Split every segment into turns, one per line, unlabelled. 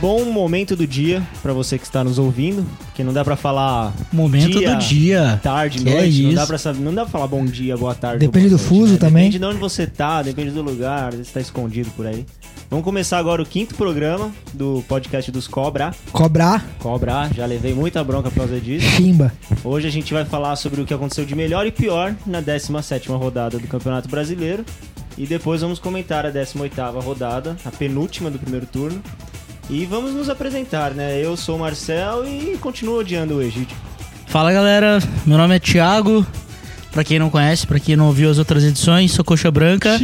bom momento do dia pra você que está nos ouvindo, porque não dá pra falar
Momento
Dia.
do dia.
tarde,
Que é
noite, não
isso.
dá para saber, não dá pra falar bom dia, boa tarde.
Depende
boa
do
noite, né?
fuso também.
Depende de onde você tá, depende do lugar, se tá escondido por aí. Vamos começar agora o quinto programa do podcast dos Cobra.
Cobrar,
Cobra, já levei muita bronca por causa disso.
chimba.
Hoje a gente vai falar sobre o que aconteceu de melhor e pior na 17ª rodada do Campeonato Brasileiro e depois vamos comentar a 18ª rodada, a penúltima do primeiro turno. E vamos nos apresentar, né? Eu sou o Marcel e continuo odiando o Egito.
Fala galera, meu nome é Thiago. Pra quem não conhece, pra quem não ouviu as outras edições, sou coxa branca.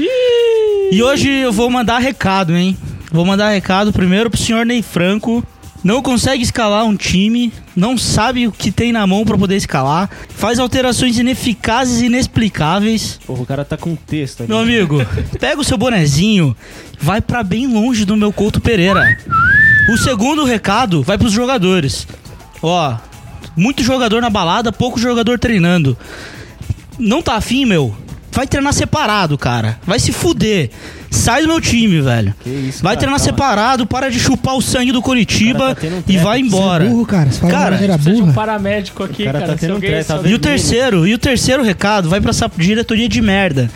E hoje eu vou mandar recado, hein? Vou mandar recado primeiro pro senhor Ney Franco. Não consegue escalar um time, não sabe o que tem na mão pra poder escalar, faz alterações ineficazes e inexplicáveis.
Porra, o cara tá com texto aqui.
Meu amigo, pega o seu bonezinho, vai pra bem longe do meu Couto Pereira. O segundo recado vai pros jogadores. Ó, muito jogador na balada, pouco jogador treinando. Não tá afim, meu? Vai treinar separado, cara. Vai se fuder. Sai do meu time, velho.
Que isso,
Vai
cara,
treinar
calma.
separado, para de chupar o sangue do Curitiba
Cara, tá tendo um
e
treco,
vai
você é
embora.
Você é burro, cara. Você fala de
Cara,
maneira
Precisa de um
burra.
paramédico aqui,
O cara
cara.
tá
se
tendo
alguém-
treta,
se
tá
alguém-
E o terceiro, e o terceiro recado vai pra essa diretoria de merda,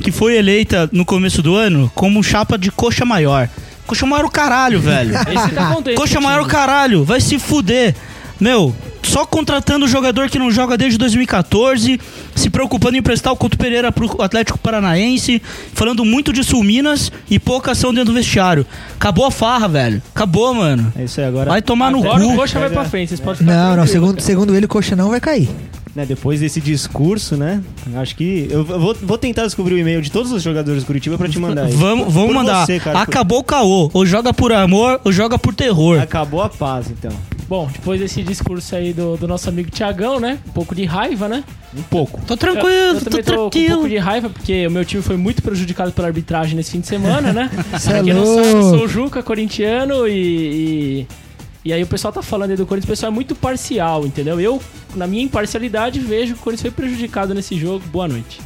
que foi eleita no começo do ano como chapa de coxa maior. Coxa maior o caralho, velho.
Esse tá contente.
coxa maior o caralho, vai se fuder. Meu, só contratando um jogador que não joga desde 2014, se preocupando em emprestar o Couto Pereira pro Atlético Paranaense, falando muito de Sulminas e pouca ação dentro do vestiário. Acabou a farra, velho. Acabou, mano.
É isso aí, agora.
Vai tomar no
Agora o
cu.
coxa vai pra frente, vocês podem ficar
Não, não.
tranquilos,
Segundo,
cara.
segundo ele, coxa não vai cair.
né, depois desse discurso, né? Acho que. Eu vou, vou tentar descobrir o e-mail de todos os jogadores do Curitiba pra te
né?
mandar aí.
Vamos, vamos
Por
mandar.
você, cara, por-
Acabou o caô. Ou joga por amor, ou joga por terror.
Acabou a paz, então.
Bom, depois desse discurso aí do, do nosso amigo Tiagão, né? Um pouco de raiva, né?
Um pouco.
Tô tranquilo,
eu
tô
também tô com um pouco
tranquilo.
de raiva, porque o meu time foi muito prejudicado pela arbitragem nesse fim de semana, né?
Cê é
pra quem não sabe, eu
louco.
sou o Juca, corintiano, e, e. e aí o pessoal tá falando aí do Corinthians, o pessoal é muito parcial, entendeu? Eu, na minha imparcialidade, vejo que o Corinthians foi prejudicado nesse jogo. Boa noite.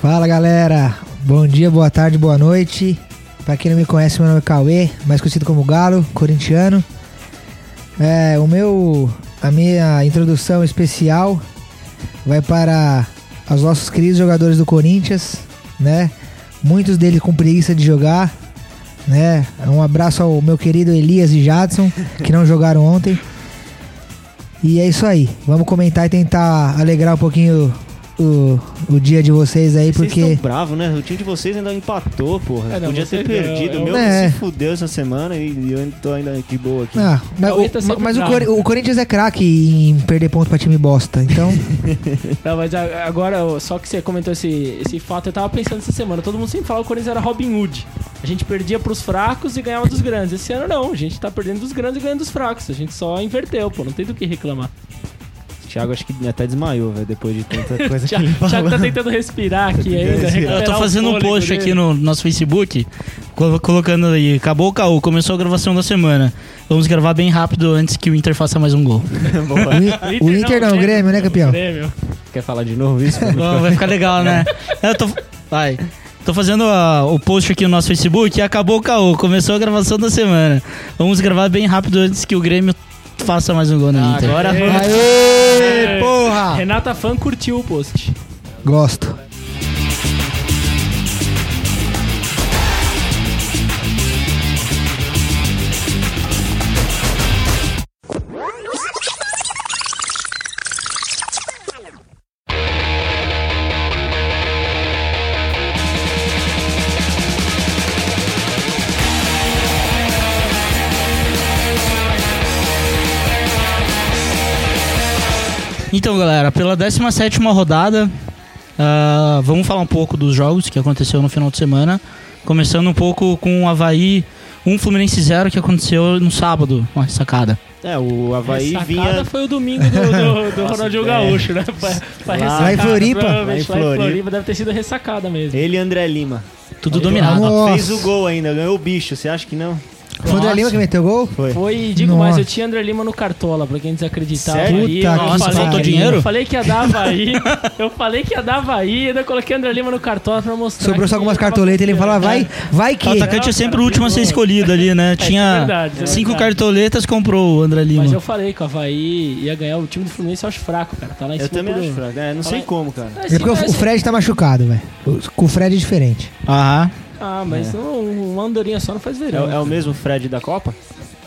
Fala, galera. Bom dia, boa tarde, boa noite. Pra quem não me conhece, meu nome é Cauê, mais conhecido como Galo, corintiano. É, o meu... A minha introdução especial vai para os nossos queridos jogadores do Corinthians, né? Muitos deles com preguiça de jogar, né? Um abraço ao meu querido Elias e Jadson, que não jogaram ontem. E é isso aí. Vamos comentar e tentar alegrar um pouquinho o, o dia de vocês aí,
Vocês
porque
estão bravos, né? O time de vocês ainda empatou, porra.
É, não,
Podia
você
ter
não,
perdido.
eu-
O meu
É.
que se fudeu essa semana e eu ainda tô ainda de boa aqui.
Ah, mas,
Cauê tá
o,
sempre
mas o,
bravo.
Cori- o Corinthians é craque em perder ponto pra time bosta. Então,
Não, mas a- agora, ó, só que você comentou esse, esse fato, eu tava pensando essa semana. Todo mundo sempre falava que o Corinthians era Robin Hood. A gente perdia pros fracos e ganhava dos grandes. Esse ano não, a gente tá perdendo dos grandes e ganhando dos fracos. A gente só inverteu, pô, não tem do que reclamar.
O Thiago acho que até desmaiou, velho, depois de tanta coisa que
Thiago,
ele
Thiago
falou.
tá tentando respirar aqui ainda.
respirar.
Eu tô
recuperar o
fazendo um
fôlego
post
dele.
aqui no nosso Facebook, colo- colocando aí, acabou o caô, começou a gravação da semana. Vamos gravar bem rápido antes que o Inter faça mais um gol.
o, I- o Inter não, o Grêmio, né, campeão?
Grêmio.
Quer falar de novo isso? Bruno?
Bom, vai ficar legal, né? Eu tô. Vai. Tô fazendo ah, o post aqui no nosso Facebook e acabou o caô, começou a gravação da semana. Vamos gravar bem rápido antes que o Grêmio faça mais um gol
Ah,
no Inter.
Agora vamos.
Aê, porra!
Renata Fan curtiu o post.
Gosto.
Então, galera, pela 17 rodada, ah, vamos falar um pouco dos jogos que aconteceu no final de semana. Começando um pouco com o Havaí 1 Fluminense 0 que aconteceu no sábado. Uma sacada.
É, o Havaí
Ressacada
vinha.
foi o domingo do, do, do
Nossa,
Ronaldinho
é.
Gaúcho, né? Pra,
Lá
pra
em
ressacada,
Floripa.
provavelmente,
Lá em
Lá em
Floripa.
Floripa deve ter sido ressacada mesmo.
Ele e André Lima.
Tudo
Aí,
dominado.
um
vamos- Nossa.
Fez o gol ainda, ganhou o bicho, você acha que não?
Foi o André
Nossa.
é Lima que meteu o gol?
Foi.
Foi, e digo
Nossa.
mais, eu tinha André Lima no Cartola, pra quem desacreditava.
Sério?
Aí,
Puta
eu
que
falei
faltou
que-
dinheiro?
Eu falei que ia dar Havaí. eu falei que ia dar Havaí, ainda coloquei André Lima no Cartola pra mostrar.
Sobrou só
que
algumas
tava
cartoletas. Ele
com
fala,
dinheiro.
vai, vai
O
que.
atacante é sempre o último a ser escolhido ali, né?
isso é
Tinha
verdade, isso é
cinco
verdade.
cartoletas, comprou o André Lima.
Mas eu falei que o Havaí ia ganhar o time do Fluminense, eu acho fraco, cara. Tá lá em
Eu
cima
também
do-
acho fraco. É, não sei
Fala-
como, cara.
Ah,
É porque
sim,
o- o
mas-
Fred tá machucado, velho. O- Com o Fred é diferente.
Aham.
Ah, mas
É.
não, uma andorinha só não faz
É, o-
verão.
é o mesmo Fred da Copa?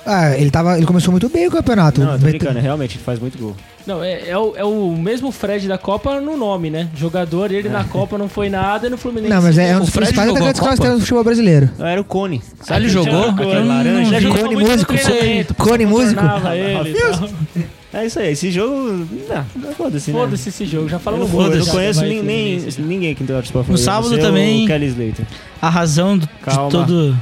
Ah, ele, tava, ele começou muito bem o campeonato.
Não, eu tô
Met-
brincando, é realmente, ele faz muito gol.
Não, é, é o, é o mesmo Fred da Copa no nome, né? Jogador, ele na Copa não foi nada e no Fluminense.
É. Não, mas é, é um
O
dos
Fred
principais
jogou a
atacantes que nós
Copa?
temos no futebol brasileiro.
Ah, Era o Cone.
Ah, ele jogou?
Aquele
Aquele
laranja.
laranja.
Ele jogou
Cone
muito no
músico,
treinamento,
Cone músico.
contornava
um
ele Ah, e tal.
É isso aí, esse jogo. Não, foda-se, né?
Foda-se esse jogo, já um
Eu
falamos
não, vou, eu
foda-se.
não conheço
Vai,
nem, nem-
Fluminense.
ninguém que torce pra
No
Fluminense.
sábado
Eu,
também-
O Kelly Slater.
A razão do-
Calma.
de todo.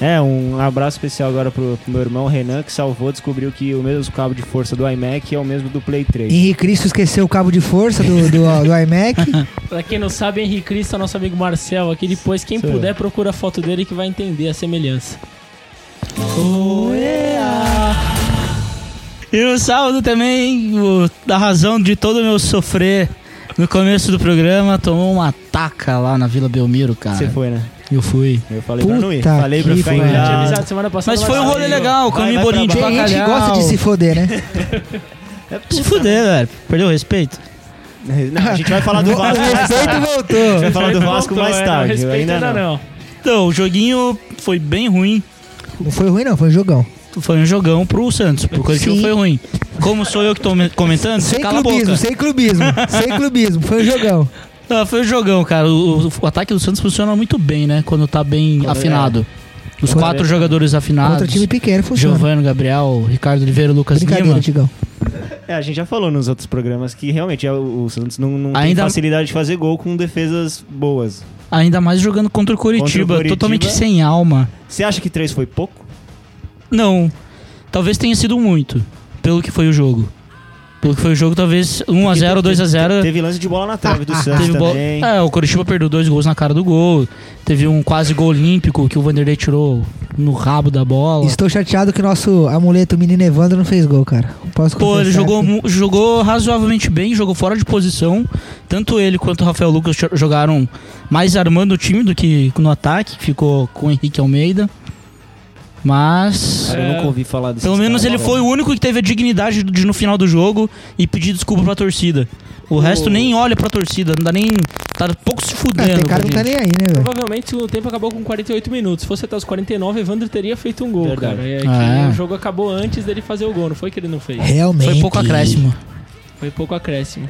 É, um abraço especial agora pro pro meu irmão Renan, que salvou, descobriu que o mesmo cabo de força do iMac é o mesmo do Play 3.
Henrique Cristo esqueceu o cabo de força do, do, do iMac.
Pra quem não sabe, Henrique Cristo é nosso amigo Marcel aqui. Depois, quem
Sim.
puder, procura a foto dele que vai entender a semelhança.
E no sábado também, o, da razão de todo o meu sofrer no começo do programa, tomou uma taca lá na Vila Belmiro, cara.
Você foi, né?
Eu fui.
Eu falei pra não ir.
Puta
Falei pra Ah,
que
ficar em
pariu.
Tinha
casa.
avisado semana passada.
Mas foi um rolê legal,
Vai,
comi
vai pra
bolinho de
baixo.
Tem gente que
bacalhau.
gosta de se foder, né?
Se fuder, velho. Perdeu o respeito.
Não, a gente vai falar do
O
Vasco mais
respeito
tarde. A gente vai
voltou.
falar do Vasco mais tarde. eu
Respeito
Ainda não.
Então, o joguinho foi bem ruim.
Não foi ruim, não, foi um jogão.
Foi um jogão pro Santos. Pro Curitiba
Sim.
foi ruim. Como sou eu que tô me- comentando,
Sem
cala a
clubismo,
boca.
sem clubismo, sem clubismo, foi um jogão.
Ah, foi um jogão, cara. O, o- o ataque do Santos funciona muito bem, né? Quando tá bem
Quando-
afinado. Os
Quando-
quatro jogadores afinados.
Contra time pequeno funciona.
Ah, Giovanni, Gabriel, Ricardo Oliveira, Lucas
Brincadeira,
Lima.
tipo-
Tigão.
É, a gente já falou nos outros programas que realmente é, o o Santos não, não
Ainda-
tem facilidade de fazer gol com defesas boas.
Ainda mais jogando contra o Curitiba,
Contra o Coritiba.
totalmente sem alma.
Você acha que três foi pouco?
Não. Talvez tenha sido muito, pelo que foi o jogo. Pelo que foi o jogo, talvez 1x0,
Porque teve-
2x0.
Teve lance de bola na trave do Santos
Teve bola-
também.
É, o Curitiba perdeu dois gols na cara do gol. Teve um quase gol olímpico que o Vanderlei tirou no rabo da bola.
Estou chateado que o nosso amuleto menino Evandro não fez gol, cara. Posso
Pô, ele
confessar
jogou,
aqui.
mu- jogou razoavelmente bem, jogou fora de posição. Tanto ele quanto o Rafael Lucas jo- jogaram mais armando o time do que no ataque. Ficou com o Henrique Almeida. Mas.
É,
Cara, eu nunca ouvi falar desse
Pelo menos ele foi o único que teve a dignidade de, no final do jogo, e pedir desculpa pra torcida. O resto nem olha pra torcida, não dá nem. Tá pouco se
Ah, tem
fudendo. pra
cara que não tá
gente.
nem aí, né, velho?
Provavelmente o tempo acabou com 48 minutos. Se fosse até os 49, Evandro teria feito um gol,
Verdade.
cara. É que
Ah, é.
O jogo acabou antes dele fazer o gol, não foi que ele não fez.
Realmente.
Foi pouco acréscimo.
Foi pouco acréscimo.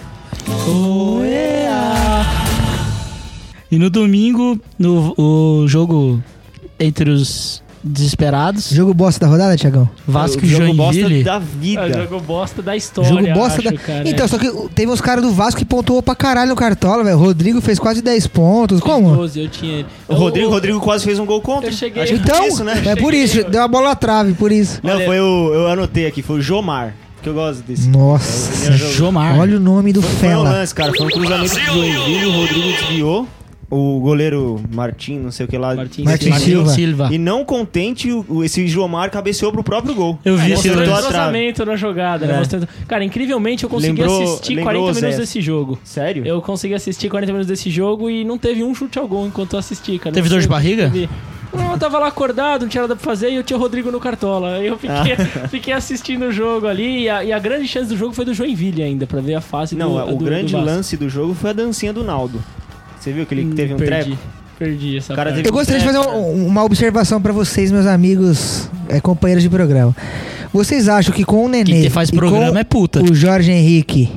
E no domingo, no, o jogo entre os desesperados,
Jogo bosta da rodada, Tiagão?
Vasco
o
e
jogo bosta
Joinville.
da
É,
vida.
jogo bosta da história,
Jogo bosta
acho,
da.
cara. é.
Então, só que teve uns caras do Vasco que pontuou pra caralho no Cartola, velho. Rodrigo fez quase 10 pontos. Como?
12, eu tinha ele.
O Rodrigo,
Eu-
o Rodrigo quase fez um gol contra.
é Eu cheguei-
Acho que foi
Então,
isso, né?
é por isso, deu a bola na trave, por isso.
Não,
Olha-
foi o. Eu anotei aqui, foi o Jomar. Que eu gosto desse.
Nossa.
Ele é jogo-
Jomar.
Olha o nome do
Foi, foi um
Fela.
lance, cara. Foi um cruzamento do Joinville, o Rodrigo desviou. O goleiro Martim, não sei o que lá.
Martins.
Martins
Martins
Silva.
Silva.
E não contente, o- o- esse Jomar cabeceou pro próprio gol.
Eu vi
É,
esse
mostrou
Mostrou
lance.
a trave.
entrosamento na jogada,
É.
né? Mostrou- Cara, incrivelmente eu consegui
Lembrou-
assistir
lembrou
40
o Zé.
minutos desse jogo.
Sério?
Eu consegui assistir 40 minutos desse jogo e não teve um chute ao gol enquanto eu assisti, cara.
Teve
Não
dor de
sei o que
barriga?
que teve. Não, eu tava lá acordado, não tinha nada pra fazer e eu tinha o Rodrigo no cartola. Aí eu
Ah.
fiquei, fiquei assistindo o jogo ali e a, e a grande chance do jogo foi do Joinville ainda, pra ver a fase
Não, é,
do
o
do- do
grande
Vasco.
lance do jogo foi a dancinha do Naldo. Você viu que ele
Hum,
teve um
perdi,
treco?
Perdi essa
O cara
parte.
teve-
Eu gostaria de fazer um- uma observação pra vocês, meus amigos, é, companheiros de programa. Vocês acham que com o
Quem
Nenê
te faz
e com
programa é puta.
o Jorge Henrique,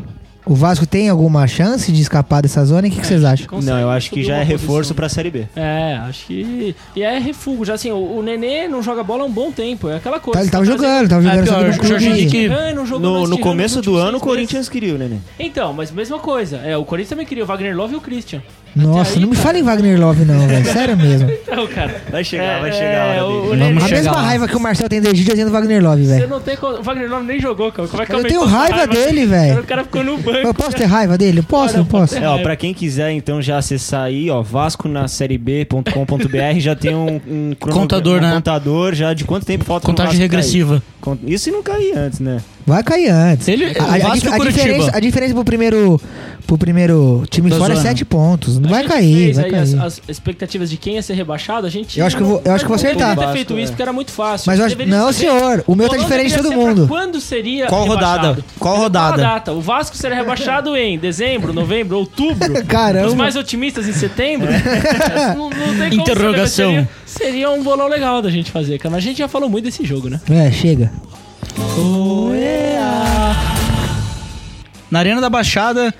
o Vasco tem alguma chance de escapar dessa zona? E O que, que vocês acham?
Consegue
Não, eu acho que
subir
já
uma
é reforço
posição.
pra Série B.
É, acho que. E é refúgio. Já assim, o, o Nenê não joga bola há um bom tempo. É aquela
Tá-
coisa.
ele
Você
tava
tá trazendo-
jogando, ele tava
É,
jogando só
pior,
que
o Jorge
não
Henrique-
clube.
Ah, não jogou
No,
mais
no
esse
começo
jogo,
do
nos
ano, o
últimos seis
Corinthians queria, né? né?
meses. Então, mas mesma coisa. É, o Corinthians também queria o Wagner Love e o Christian.
tá
Nossa,
aí,
não me
cara.
fala em Wagner Love, não, velho. Sério mesmo.
Então, cara.
Vai chegar,
É,
vai chegar a hora
é,
dele.
o- o
A
Nenê-
chegar
mesma
lá.
raiva que o Marcel tem de Egídio, eu tenho do Wagner Love,
Você
velho.
não tem. co- O Wagner Love nem jogou, cara. Como é que
Eu
aumentou
tenho
essa
raiva dele,
Cara,
velho.
O cara ficou no
Eu
banco.
posso ter raiva dele? Eu Posso, eu posso.
É, ó, pra quem quiser então já acessar aí, ó, Vasco na série B.com.br já tem um, um cronogra-
Contador,
um
né?
contador já de quanto tempo falta pro
Contagem
Vasco
regressiva.
cair. Con- Isso se não cair antes, né?
Vai cair antes.
Ele,
A, a-
o
a
Vasco
dif-
e
a
o Curitiba.
diferença, a diferença pro primeiro, pro primeiro time
Da
fora é
zona.
7 pontos. Não
A
vai
gente
cair,
fez
vai
aí as,
cair.
as expectativas de quem ia ser rebaixado, a gente.
Eu acho que eu vou- eu acho que eu vou
não poderia
acertar.
ter feito
Vasco,
isso
é.
porque era muito fácil.
Mas eu acho,
Deveria
não,
saber.
senhor. O meu tá diferente
Colônia
de
deveria
todo
ser pra
mundo.
Quando seria
Qual
rebaixado?
rodada? Qual
Qual
rodada?
data? O Vasco será rebaixado em dezembro, novembro, outubro? Os
Caramba.
mais otimistas em setembro?
É.
não, não tem como
Interrogação.
saber, mas Seria, seria um bolão legal da gente fazer, cara. Mas a gente já falou muito desse jogo, né?
É, chega.
Na Arena da Baixada,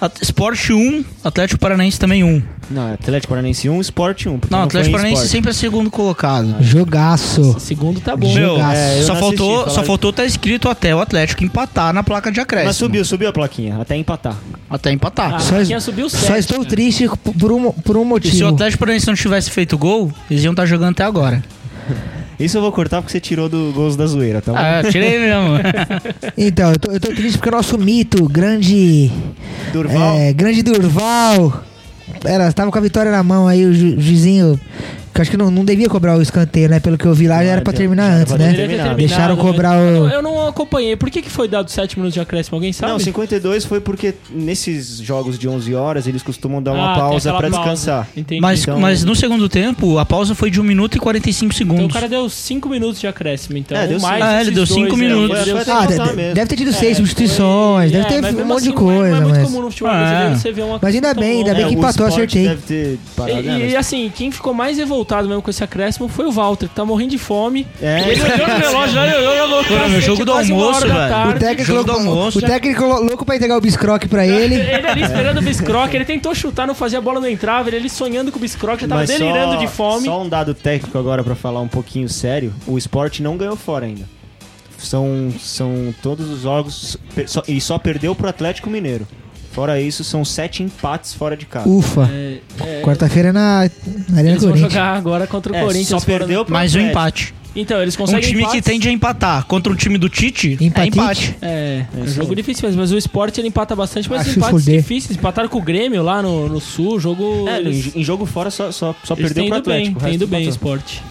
At- Sport 1, Atlético Paranaense também 1.
Não, é Atlético Paranaense 1, Sport 1. porque
Não,
foi
Atlético
em
Paranaense
Sport.
sempre é segundo colocado.
Jogaço.
Segundo tá bom.
Meu,
Jogaço.
É, eu
só
não
faltou,
assisti,
só
falaram.
faltou tá escrito até o Atlético empatar na placa de acréscimo.
Mas subiu, subiu a plaquinha, até empatar.
Até empatar.
Ah,
só-
Marquinhos subiu
Só
sete, né?
estou
cara.
triste p- por um, por um
e se o
motivo.
Atlético Paranaense não tivesse feito gol, eles iam estar jogando até agora.
Então. Isso eu vou cortar porque você tirou do gols da zoeira, tá bom?
Ah, tirei mesmo.
Então, eu tô, eu tô triste porque o nosso mito, grande.
Durval,
é, grande Durval. Era, tava com a vitória na mão aí, o ju- juizinho. Que eu acho que não, não devia cobrar o escanteio, né? Pelo que eu vi lá, já
Ah,
era pra terminar antes,
pra
né?
terminar.
Deveria ter
Deixaram
terminado,
cobrar
mas-
o-
Eu, eu não acompanhei. Por que, que foi dado 7 minutos de acréscimo? Alguém sabe?
Não, 52 foi porque nesses jogos de 11 horas eles costumam dar uma
Ah, tem
pausa
aquela
pra
pausa.
descansar.
Entendi.
mas,
Então-
mas no segundo tempo, a pausa foi de 1 minuto e 45
Então o
segundos.
cara deu 5 minutos de acréscimo, então.
É, deu
mais
cinco.
Ah, ele
esses
deu cinco
dois, né?
minutos.
Foi-
Foi até
Ah,
voltar
de- de-
mesmo.
deve ter tido
É,
seis substituições,
foi-
deve
é,
ter
mas
um
mesmo
monte de
assim não é- não
coisa,
é muito
mas.
comum no futebol
Ah,
brasileiro
é.
você vê uma
Mas ainda
coisa tão
bem, ainda
longa.
bem
É,
que
o
empatou,
Sport
acertei.
Deve ter parado, né,
E,
mas-
e, assim, quem ficou mais revoltado mesmo com esse acréscimo foi o Walter, que tá morrendo de fome.
É.
E ele olhou no relógio, lá, ele olhou e falou,
Mano,
"Cacete,
jogo do
quase uma
almoço,
hora da
velho.
tarde."
O técnico,
Jogo do
louco-
almoço.
o técnico lou- louco pra entregar o biscroque pra ele.
Ele
É.
ali esperando o Biscroc, ele tentou chutar, não fazia a bola, não entrava. Ele ali sonhando com o Biscroc, já tava
Mas só-
delirando de fome.
Só um dado técnico agora pra falar um pouquinho sério. O esporte não ganhou fora ainda. São, são todos os jogos pe- só- e só perdeu pro Atlético Mineiro. Fora isso, são sete empates fora de casa.
Ufa.
É, é,
Quarta-feira é na na Arena
eles vão
Corinthians.
jogar agora contra o
É,
Corinthians.
só
fora-
perdeu pro
Mais um
Atlético.
empate.
Então, eles
Um
conseguem
time que
empates.
tende a empatar contra um time do Tite é
Empatite?
empate.
É, é um
isso
jogo
aí.
difícil mesmo, mas o esporte ele empata bastante, mas
Ah, se
empates
fuder.
difíceis. Empataram com o Grêmio lá no, no Sul, jogo.
É,
eles-
em, em jogo fora só, só, só
eles
perdeu
têm
pro
ido bem,
Atlético. o
têm
resto
ido bem o
empatou.
esporte.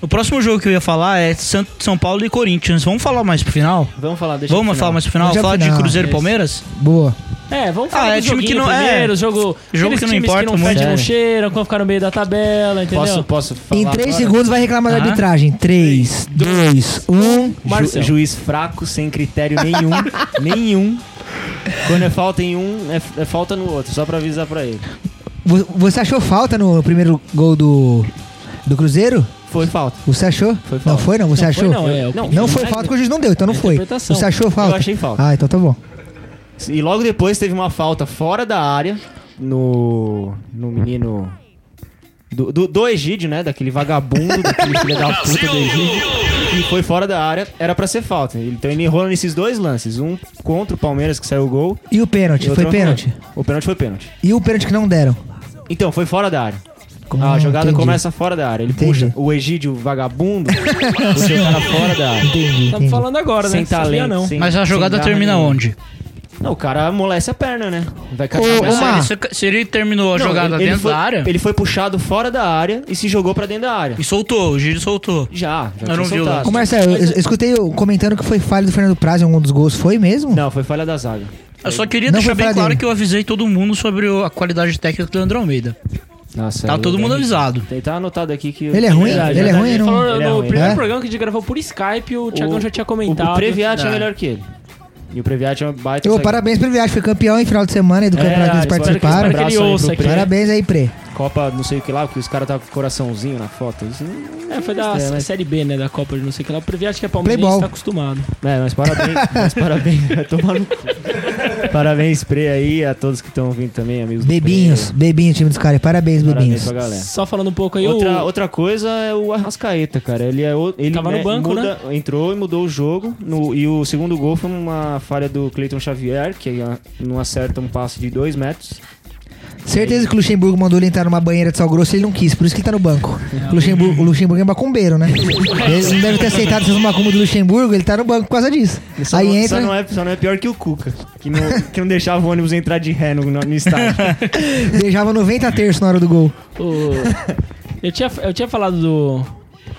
O próximo jogo que eu ia falar é Sant- São Paulo e Corinthians. Vamos falar mais pro final?
Vamos falar, deixa
Vamos
pro final.
falar mais pro final?
Deixa pro
Falar de
final.
Cruzeiro e
Isso.
Palmeiras?
Boa.
É, vamos falar
Ah, é
do
time que
joguinho
não- é.
primeiro, jogo, aqueles
que não
times
importa
que não
muito.
fede, não
É.
cheira, quando ficar no meio da tabela, entendeu?
Posso, posso falar
Em 3
agora?
segundos vai reclamar da
Aham.
arbitragem. um. 3, 2, 1.
Ju-
Marcel.
juiz fraco, sem critério nenhum. nenhum. Quando é falta em um, é, é falta no outro. Só pra avisar pra ele.
Você achou falta no primeiro gol do, do Cruzeiro?
Foi falta.
Você achou?
Foi falta.
Não foi, não? Você
Não,
achou?
foi não, é, eu-
não, não foi
é,
falta porque o juiz não deu, então não
é
foi.
interpretação.
Você achou falta?
Eu achei falta.
Ah, então tá bom.
E logo depois teve uma falta fora da área no. no menino. Do, do, do Egídio, né? Daquele vagabundo, daquele filho da puta do Egídio. E foi fora da área, era pra ser falta. Então ele errou nesses dois lances. Um contra o Palmeiras, que saiu o gol.
E o
e
pênalti?
outro
Foi
na
pênalti?
contra. O pênalti foi pênalti.
E o pênalti que não deram?
Então, foi fora da área.
Ah,
a jogada
entendi.
começa fora da área. Ele
Entendi.
puxa o Egídio vagabundo, puxa o cara fora da área.
Entendi.
Estamos
entendi.
falando agora,
Sem
né? Sabia
talento.
não.
sem-
Mas a
sem
jogada
garra
termina
nenhuma.
onde?
Não, o cara amolece a perna, né? Vai
Ô,
catar
ô, Mar-
Se, ele- se ele terminou a
Não,
jogada dentro
foi,
da área
Ele foi puxado fora da área e se jogou pra dentro da área.
e soltou, o Giro soltou.
Já, já
Eu não vi o
soltado.
lance.
Ô,
é,
Marcelo, eu, eu escutei o- comentando que foi falha do Fernando Praz em algum dos gols. Foi mesmo?
Não, foi falha da zaga.
Eu só queria
Não
deixar
foi
bem
falha
claro
dele.
que eu avisei todo mundo sobre o- a qualidade técnica do Leandro Almeida.
Nossa,
Tá
aí
todo
eu-
mundo avisado.
Tem- Tá anotado aqui que...
Ele é ruim?
Verdade,
ele é
verdade.
ruim? Não?
Falou
Ele é
no
ruim.
primeiro
É?
programa que a gente gravou por Skype, o Thiagão
O-
já tinha
O,
comentado.
o Previat é
Não.
melhor que ele. E o Previat é um baita...
Ô,
zagueiro.
parabéns pro Viagem, foi campeão em final de semana e do
É,
campeonato que eles
espero que- espero
participaram.
que ele ouça aqui.
Parabéns aí, Pre.
Copa não sei o que lá, porque os caras estavam com coraçãozinho na foto. Isso não-
É, foi da
É, mas-
Série B, né? Da Copa de não sei o que lá. O Previ acho que é palmeirense,
Playball.
tá acostumado.
É, mas parabéns, mas parabéns, vai tomar no cu. Parabéns, Spray aí, a todos que estão ouvindo também, amigos. do
Bebinhos, Bebinhos, time dos caras. Parabéns,
Prey. Parabéns
Bebinhos.
pra galera.
Só falando um pouco aí,
É. Outra,
o...
outra coisa é o Arrascaeta, cara. Ele é o- ele
Tava no banco, né?
muda- entrou e mudou o jogo. No- e o segundo gol foi uma falha do Cleiton Xavier, que ah, não acerta um passe de dois metros.
Certeza que o Luxemburgo mandou ele entrar numa banheira de sal grosso e ele não quis, por isso que ele tá no banco. O Luxemburgo, o Luxemburgo é macumbeiro, né? Ele não deve ter aceitado esses macumbos do Luxemburgo, ele tá no banco por causa disso.
Só,
Aí
não,
entra.
só, não é, só não é pior que o Cuca, que não, que não deixava o ônibus entrar de ré no, no- no estádio. é-
Beijava 90 terços na hora do gol.
o- eu, tinha, eu tinha falado do...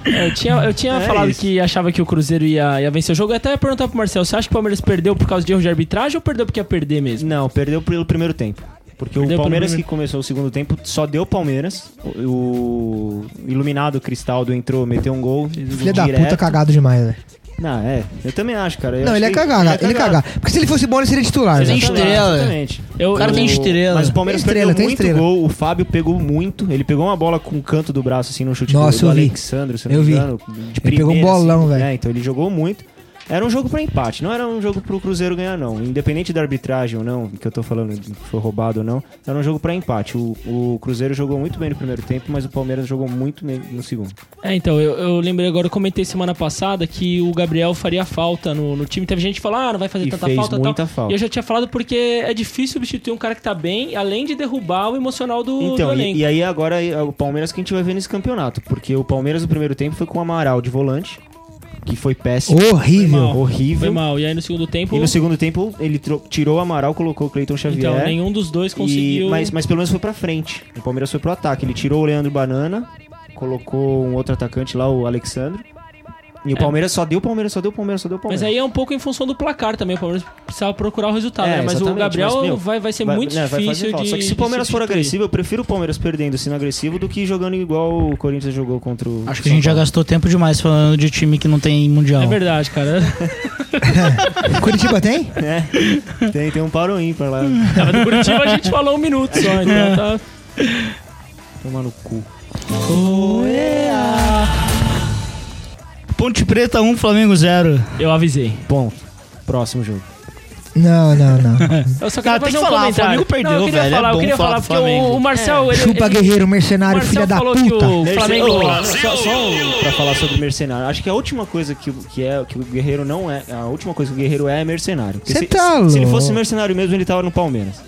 Eu tinha, eu tinha
É
falado
isso.
que achava que o Cruzeiro ia, ia vencer o jogo. Eu até ia perguntar pro Marcel, você acha que o Palmeiras perdeu por causa de erro de arbitragem ou perdeu porque ia perder mesmo?
Não, perdeu pelo primeiro tempo. Porque
Perdeu
o
pelo
Palmeiras que
primeiro-
começou o segundo tempo só deu Palmeiras. O, o iluminado Cristaldo entrou, meteu um gol.
Filha da puta, cagado demais, velho.
Não, é. Eu também acho, cara. Eu
Não, ele é
achei-
cagado, ele é cagado. Porque se ele fosse bom, ele seria titular, né?
Tem
velho.
Exatamente,
estrela.
Exatamente.
Eu,
O cara tem
eu-
estrela.
Mas o Palmeiras
Ah, Tem estrela,
perdeu
tem
muito
estrela.
gol. O Fábio pegou muito. Ele pegou uma bola com o canto do braço, assim, no chute
Nossa,
do, do
eu vi.
Alexandre, se eu não
Eu
me
vi.
engano. de
Ele pegou um
primeira,
bolão,
assim.
velho.
É, então ele jogou muito. Era um jogo pra empate, não era um jogo pro Cruzeiro ganhar, não. Independente da arbitragem ou não, que eu tô falando de que foi roubado ou não, era um jogo pra empate. O, o Cruzeiro jogou muito bem no primeiro tempo, mas o Palmeiras jogou muito bem no segundo.
É, então, eu, eu lembrei agora, eu comentei semana passada que o Gabriel faria falta no, no time. Teve gente que falou, ah, não vai fazer
E
tanta
fez
falta
muita
tal.
falta.
E eu já tinha falado porque é difícil substituir um cara que tá bem, além de derrubar o emocional do, do
Então,
elenco.
e, e aí agora é o Palmeiras que a gente vai ver nesse campeonato, porque o Palmeiras no primeiro tempo foi com o Amaral de volante, que foi péssimo,
Horrível.
mal. Foi
horrível.
mal. E aí no segundo tempo,
E no segundo tempo ele tro- tirou o Amaral, colocou o Cleiton Xavier.
então, nenhum dos dois
e-
conseguiu.
mas, mas pelo menos foi pra frente. O Palmeiras foi pro ataque. Ele tirou o Leandro Banana, colocou um outro atacante lá, o Alexandre. E o Palmeiras só deu o Palmeiras, só deu o Palmeiras, só deu o
É. Mas
Palmeiras.
aí é um pouco em função do placar também. O Palmeiras precisava procurar o resultado.
É,
né? Mas o
exatamente,
Gabriel
mas, meu,
vai, vai ser
Vai-
é muito
né, vai fazer
difícil
falta.
de.
Só que se o
de
Palmeiras for
substituir.
agressivo, eu prefiro o Palmeiras perdendo, sendo agressivo, do que jogando igual o Corinthians jogou contra o.
Acho que a
São
gente já
Paulo.
gastou tempo demais falando de time que não tem mundial.
É verdade, cara.
Curitiba tem?
É. Tem, tem um paro ímpar lá.
Tava no Curitiba a gente falou um minuto só,
É.
então tá.
Tomar no cu.
Ponte Preta 1, Flamengo 0.
Eu avisei.
Ponto. Próximo jogo.
Não, não, não.
Eu só
Cara, tem que
queria fazer um
falar, o
comentário.
Flamengo perdeu,
não, eu queria
velho, é
Falar, eu
bom
queria
falar do
falar, porque o,
Flamengo.
o Marcel.
É.
Ele,
Chupa,
ele,
guerreiro,
o
mercenário,
Marcel
filha da
falou
puta.
que o Flamengo.
Ô, só, só pra falar sobre mercenário. Acho que a última coisa que, o- que é que o guerreiro não é. A última coisa que o guerreiro é é mercenário. Porque
Cê
se,
tá
se- se ele
louco.
fosse mercenário mesmo, ele tava no Palmeiras.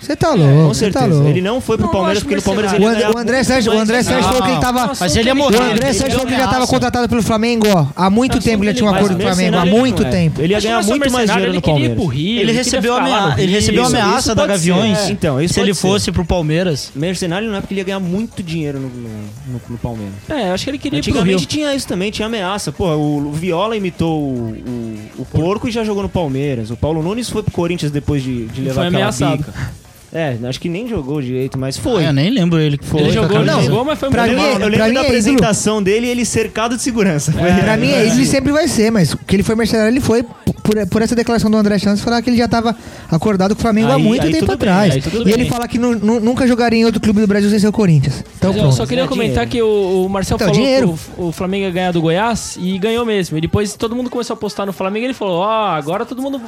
Você tá louco,
Com
você
certeza.
tá louco.
ele não foi pro
Não,
Palmeiras
eu acho
porque no Palmeiras ele
O, And-
ganhava
o André Sérgio, o
muito
André
mais-
Sérgio falou que ele tava.
Mas ele ia
O
morrer.
André
Ele
Sérgio
deu
falou que já tava
graça.
contratado pelo Flamengo, ó. Há muito
Não,
tempo que ele tinha um
mas
acordo com o Flamengo. Há
mercenário
muito
ele não é.
tempo.
Ele ia
Acho que
ganhar
não é
muito mais
mercenário,
dinheiro
ele
no
queria ir
Palmeiras.
pro Rio,
Ele recebeu,
queria
amea-
ficar lá no
ele
Rio.
recebeu
isso
ameaça da
pode ser,
Gaviões.
é. Então, isso
se ele
pode ser.
fosse pro Palmeiras.
Mercenário não é porque ele ia ganhar muito dinheiro no, no- no- no Palmeiras.
É, eu acho que ele queria ir pro Rio.
Antigamente tinha isso também, tinha ameaça. Pô, o Viola imitou o, o- o porco e já jogou no Palmeiras. O Paulo Nunes foi pro Corinthians depois de, de levar
Foi
aquela
ameaçado.
bica. É, acho que nem jogou direito, mas foi.
Ah, eu nem lembro ele. que
Foi.
Ele
com a
jogou, ele
camisa.
jogou, mas foi
Pra
muito
Eu
mim
mal.
lembro- eu lembro
pra mim
da
é
apresentação dele ele cercado de segurança.
Pra mim é isso e sempre vai ser, mas que ele foi mercenário, ele foi p- por, por essa declaração do André Santos falar que ele já tava acordado com o Flamengo há
Aí-
muito
aí
tempo
tudo bem,
atrás.
aí tudo
e
bem.
ele fala que nu- nu- nunca jogaria em outro clube do Brasil sem ser o Corinthians. Então,
Mas eu só
pronto.
queria
É
comentar
dinheiro.
que o, o Marcel
Então,
falou
dinheiro.
que o, o Flamengo ia ganhar do Goiás e ganhou mesmo. E depois todo mundo começou a apostar no Flamengo e ele falou: Ó, agora todo mundo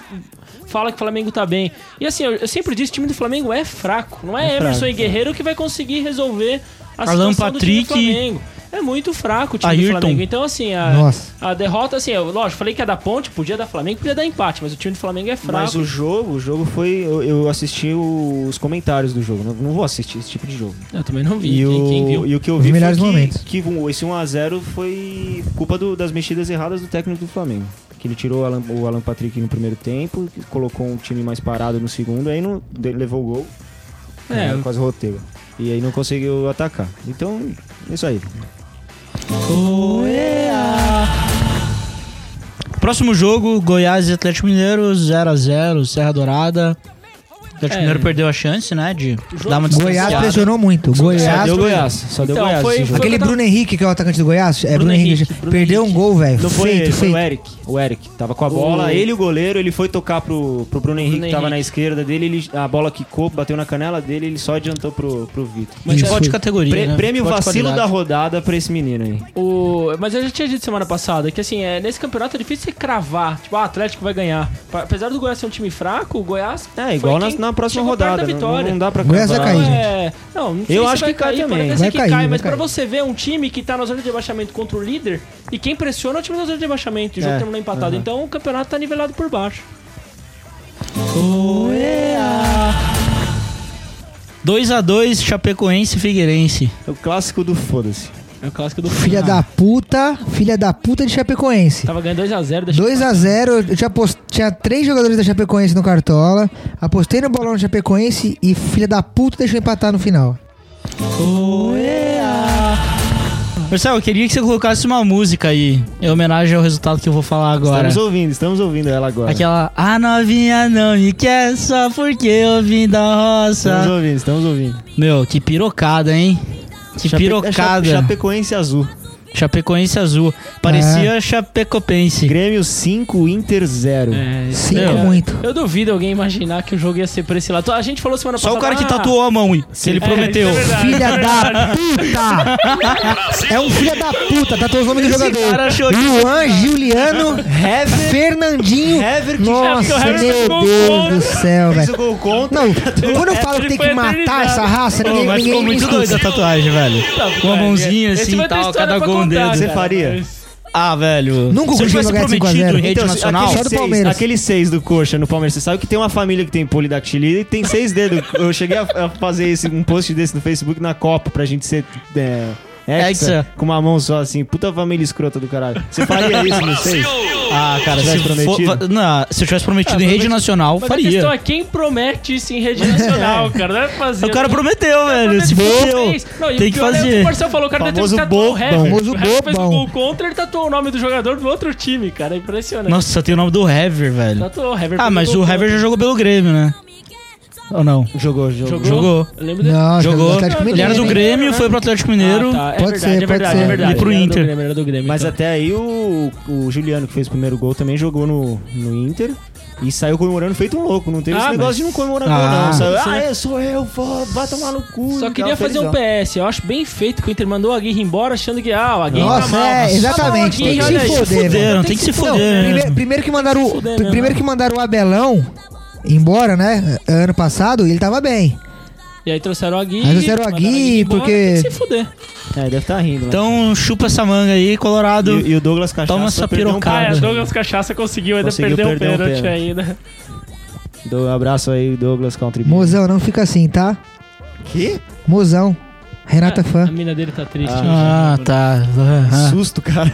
fala que o Flamengo tá bem. E assim, eu, eu sempre disse: o time do Flamengo é fraco. Não é,
É
Emerson
fraco,
e Guerreiro que vai conseguir resolver a
Alan
situação do
Patrick.
time do Flamengo. É muito fraco o time do
Ayrton.
Flamengo. Então, assim, a,
Nossa.
a derrota, assim, eu, lógico, falei que ia dar ponte, podia dar Flamengo, podia dar empate, mas o time do Flamengo é fraco.
Mas o jogo, o jogo foi. Eu, eu assisti os comentários do jogo. Não, não vou assistir esse tipo de jogo.
Eu também não vi.
E,
quem,
o,
quem viu?
e o que eu
Os
vi
melhores
foi
momentos.
que, que esse 1x0 foi culpa do- das mexidas erradas do técnico do Flamengo. Que ele tirou o Alan, o Alan Patrick no primeiro tempo, colocou um time mais parado no segundo, aí não, de- levou o gol.
É.
né, quase roteiro. E aí não conseguiu atacar. Então, é isso aí.
Próximo jogo, Goiás e Atlético Mineiro, 0x0, Serra Dourada. O Atlético Mineiro perdeu a chance, né? De dar uma
Goiás
distanciada.
pressionou muito.
Só
Goiás.
deu Goiás. Só deu
Então,
Goiás.
foi-
esse jogo.
foi-
Aquele Bruno Henrique, que é o atacante do Goiás, é
Bruno
Bruno Henrique,
Henrique, Bruno
perdeu um
Henrique.
gol, velho.
Não foi
Feito,
ele, foi o
feito.
Eric. O Eric tava com a bola, ele e o goleiro, ele foi tocar pro, pro Bruno Henrique, que tava
Henrique.
na esquerda dele, ele- a bola quicou, bateu na canela dele, ele só adiantou pro, pro Vitor.
Mas
Isso.
futebol de categoria,
Pre-
né?
prêmio
Futebol de
vacilo da
qualidade.
rodada pra esse menino aí.
O... Mas eu já tinha dito semana passada que, assim, é, nesse campeonato é difícil você cravar. Tipo, ah, o Atlético vai ganhar. Pa- Apesar do Goiás ser um time fraco, o Goiás.
É, igual
foi
na,
quem
na próxima
chegou perto
rodada.
Da
né? Não,
vitória.
não dá pra
Goiás vai
acabar.
cair, gente.
É, não, não sei
Eu
se
acho
vai
que cai
cair,
também.
Pode até
Vai
ser que
cair,
cai,
vai
mas pra
cair.
você ver é um time que tá na zona de rebaixamento contra o líder e quem pressiona é o time da zona de rebaixamento. E o jogo
É,
terminou empatado. Então o campeonato tá nivelado por baixo.
2x2, Chapecoense e Figueirense.
É o clássico do foda-se.
É o clássico do
Filha da puta, filha da puta de Chapecoense.
Tava ganhando 2x0 da
2x0, eu tinha, apost- tinha três jogadores da Chapecoense no Cartola. Apostei no bolão da Chapecoense e filha da puta deixou empatar no final.
Marcelo, eu queria que você colocasse uma música aí, em homenagem ao resultado que eu vou falar agora.
Estamos ouvindo, estamos ouvindo ela agora.
Aquela, a novinha não me quer só porque eu vim da
Estamos
roça.
ouvindo, estamos ouvindo.
Meu, que pirocada, hein? Que
Chape-
pirocada.
é Cha- Chapecoense azul.
Chapecoense azul. Parecia Chapecopense.
Grêmio 5, Inter 0.
É, isso
Sinto
é-
muito.
Eu duvido alguém imaginar que o jogo ia ser pra esse lado. A gente falou semana
Só
passada.
o cara que
ah,
tatuou a mão, hein? se ele
é,
prometeu.
isso é verdade.
Filha da puta! É um filho da puta, tá todo nome do jogador.
cara achou que-
Luan, Juliano, Fernandinho.
Hever que
Nossa,
É, porque o Hever fez
meu
gol
Deus
contra.
do céu,
fez
velho.
o gol contra.
Não, quando
É,
eu falo que tem
foi
que matar
eternizado.
essa raça,
tipo, Pô,
ninguém,
mas ficou
ninguém me
muito
escuta.
doida a tatuagem, velho. Com a mãozinha
tá, Esse
assim
vai
e
ter
tal,
história
cada
pra
gol um dedo.
contar,
Você
cara.
faria?
Ah, velho.
Nunca
se
o
ele
Grêmio
tivesse
vai ganhar de cinco a
prometido
zero.
em rede
Então,
nacional.
Só
Aquele
do
seis,
Palmeiras.
aquele seis do coxa no Palmeiras. Você sabe que tem uma família que tem polidactilia e tem seis dedos. Eu cheguei a, a fazer esse, um post desse no Facebook na Copa pra gente ser. É, hexa,
Hexa.
Com uma mão só assim. Puta família escrota do caralho. Você faria isso no seis?
Ah, cara,
Tivesse
se, for,
prometido?
fa- não, se eu tivesse prometido em rede nacional,
Mas a questão
faria.
é quem promete isso em rede nacional, cara. Não é fazer.
O cara
não-
prometeu, velho. Se fudeu. Tem que
O é
fazer.
Marcel falou, o cara deve ter
Famoso
tatuado o
bobão.
Hever.
Famoso
o Hever fez um
bobão.
gol contra, ele tatuou o nome do jogador do outro time, cara. É impressionante.
Nossa, só tem o nome do Hever, velho.
Tatuou, o Hever
Ah,
fez
mas
gol
o
contra.
Hever já jogou pelo Grêmio, né? Ou não?
Jogou, jogou.
Jogou?
Jogou.
Eu lembro dele.
Não,
Jogou.
do Atlético
Ele era do
Mineiro, hein?
Grêmio, foi pro Atlético Mineiro.
Ah, tá.
Pode
É verdade,
ser,
é
pode
verdade,
ser.
é verdade.
E pro
Ele era do
Inter.
Grêmio, Era do Grêmio.
Mas
então.
até aí o, o Juliano, que fez o primeiro gol, também jogou no, no Inter. E saiu comemorando feito um louco. Não teve
Ah,
esse negócio
mas-
de não comemorar gol,
Ah.
não. Saiu,
Sim.
ah, eu sou eu, vó, vai tomar no cu.
Só
e
queria
tal,
fazer um
felizão.
PS. Eu acho bem feito que o Inter mandou a Aguirre embora achando que, ah, o Aguirre tá
Nossa,
mal.
é, exatamente. Tem que
Olha
se
aí,
foder, mano.
Fuderam, tem que se
Não,
fuder.
primeiro,
né?
primeiro que mandaram o,
Fuder mesmo.
primeiro que mandaram o Abelão embora, né? Ano passado, ele tava bem.
E aí trouxeram o Aguirre.
Aí trouxeram o
mandaram
Aguirre,
embora,
porque-
tem que se fuder.
É, deve estar rindo. Então,
Então chupa essa manga aí, Colorado.
e, e o Douglas Cachaça
Toma essa
perdeu um
pirocada.
Ah, é,
pênalti.
Douglas Cachaça conseguiu ainda
Conseguiu
perder o
perder um
pênalti
pênalti.
ainda.
Do, abraço aí, Douglas Country. Beer.
Mozão, não fica assim, tá?
Que?
Mozão. Renata
É,
A
fã.
mina dele tá triste.
Ah, tá. Ah, ah.
Susto, cara.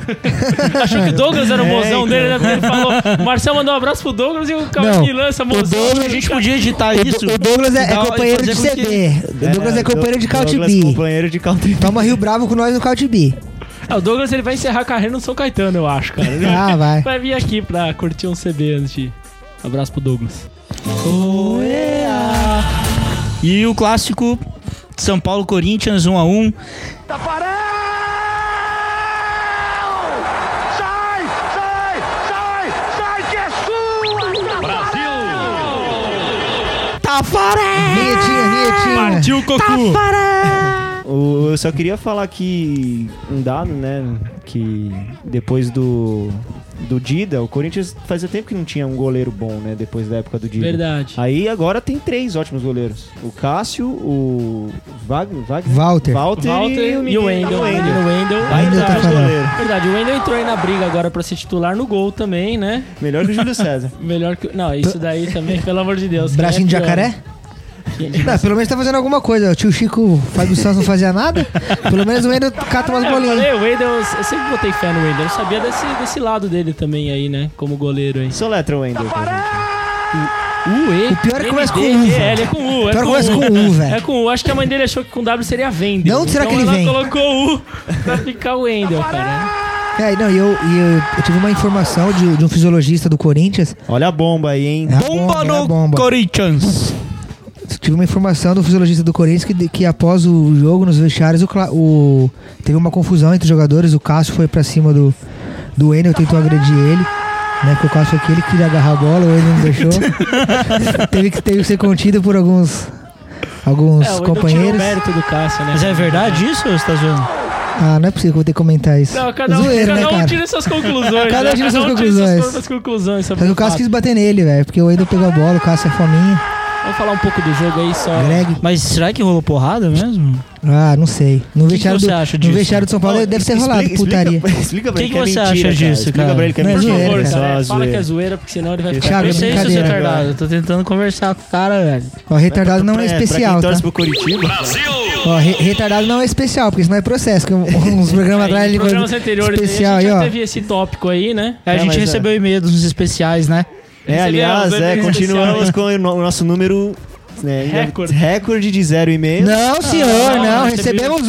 Achou que o Douglas era o
É,
mozão dele, né? Porque ele falou. O Marcel mandou um abraço pro Douglas e o Cavaquinho lança mozão.
A gente podia editar isso.
O Douglas é,
e
é
dar- e
companheiro
fazer
de
com que-
CB. O Douglas é companheiro de Couch
Douglas
B.
companheiro de Country. Beer.
Toma Rio Bravo com nós no Couch B.
Ah, o Douglas ele vai encerrar a carreira no São Caetano, eu acho, cara.
É.
Ele
Ah, vai.
vai vir aqui pra curtir um CB antes de. Abraço pro Douglas.
E o clássico São Paulo Corinthians 1 a 1.
Vinhetinha, vinhetinha.
Tio Cocu.
O- Eu só queria falar que um dado, né? Que depois do, do Dida, o Corinthians fazia tempo que não tinha um goleiro bom, né? Depois da época do Dida.
Verdade.
Aí agora tem três ótimos goleiros: o Cássio, o Wagner, Wagner
Walter.
Walter, e o, tá
Walter e o Wendel.
Wendel.
E o Wendel.
Aí
Wendel
tá
tá
mais
falando.
goleiro.
Verdade, o Wendel entrou aí na briga agora pra ser titular no gol também, né?
Melhor que o Júlio César.
Melhor que. Não, isso daí também, pelo amor de Deus.
Bracinho de
quem é pior? é
jacaré? Não, pelo menos tá fazendo alguma coisa. O tio Chico, Fábio Santos não fazia nada. Pelo menos o Ender cata umas
É, eu
bolinhas.
falei, o Wendel, eu sempre botei fé no Wendel. Eu sabia desse, desse lado dele também aí, né? Como goleiro aí.
Soletra o Wendel. pra gente.
U, E.
O pior é que começa com
D,
U,
E,
velho.
L, é com U.
Pior
É
que
com
começa
U.
com U,
É
velho.
com U. Acho que a mãe dele achou que com W seria Wendel.
Não, será
então
que ele
ela
vem?
colocou U pra ficar o Wendel, cara.
É, não, e eu, e eu, eu tive uma informação de, de um fisiologista do Corinthians.
Olha a bomba aí, hein?
É a
Bomba
é a
no Corinthians.
Tive uma informação do fisiologista do Corinthians que, que após o jogo, nos vestiários, o, Cla- o- teve uma confusão entre os jogadores. O Cássio foi pra cima do, do Enel, tentou agredir ele. Né, porque o Cássio foi aquele que queria agarrar a bola, o Enel não deixou. teve, que, teve que ser contido por alguns, alguns
É, o Edu tirou o
companheiros.
mérito do Cássio, né?
Mas é verdade isso ou você tá zoando?
Ah, não é possível que eu vou ter que comentar isso.
Não, cada um,
Zoeira,
cada
né,
um
cara?
tira suas conclusões.
Cada um
né?
tira suas
Tira
conclusões.
suas próprias conclusões sobre
Só que
o
o Cássio
fato.
quis bater nele, velho. Porque o Edu pegou a bola, o Cássio é fominha.
Vamos falar um pouco do jogo aí só.
Greg.
Mas será que rolou porrada mesmo?
Ah, não sei. No
que
vestiário
você
do,
acha
no
disso?
vestiário de São Paulo deve ter rolado putaria.
Explica, explica pra
Que
ele que,
que
é
você
mentira,
acha
cara.
disso, cara?
Explica pra ele que é
Não é
mentira.
zoeira,
Só
cara,
uma
fala que é
zoeira.
zoeira, porque senão ele vai
Ele
ficar.
Thiago,
Eu sei se eu sou
brincadeira.
retardado, eu tô tentando conversar com o cara, velho.
Ó, retardado não é
Pra-
especial,
Pra quem
tá?
torce pro Curitiba,
Ó, re- retardado não é especial, porque isso não é processo. Que um- uns
Aí,
programas atrás
em
ele
programas anteriores aí,
especial
a
aí,
gente já
ó.
teve esse tópico aí, né?
É, a
É,
gente
mas,
recebeu e-mail dos especiais, né?
É, aliás,
Recebemos,
é,
né?
continuamos com o no- o nosso número né,
Recorde.
recorde de zero e-mails.
Não, senhor,
Ah,
não.
não,
Recebemos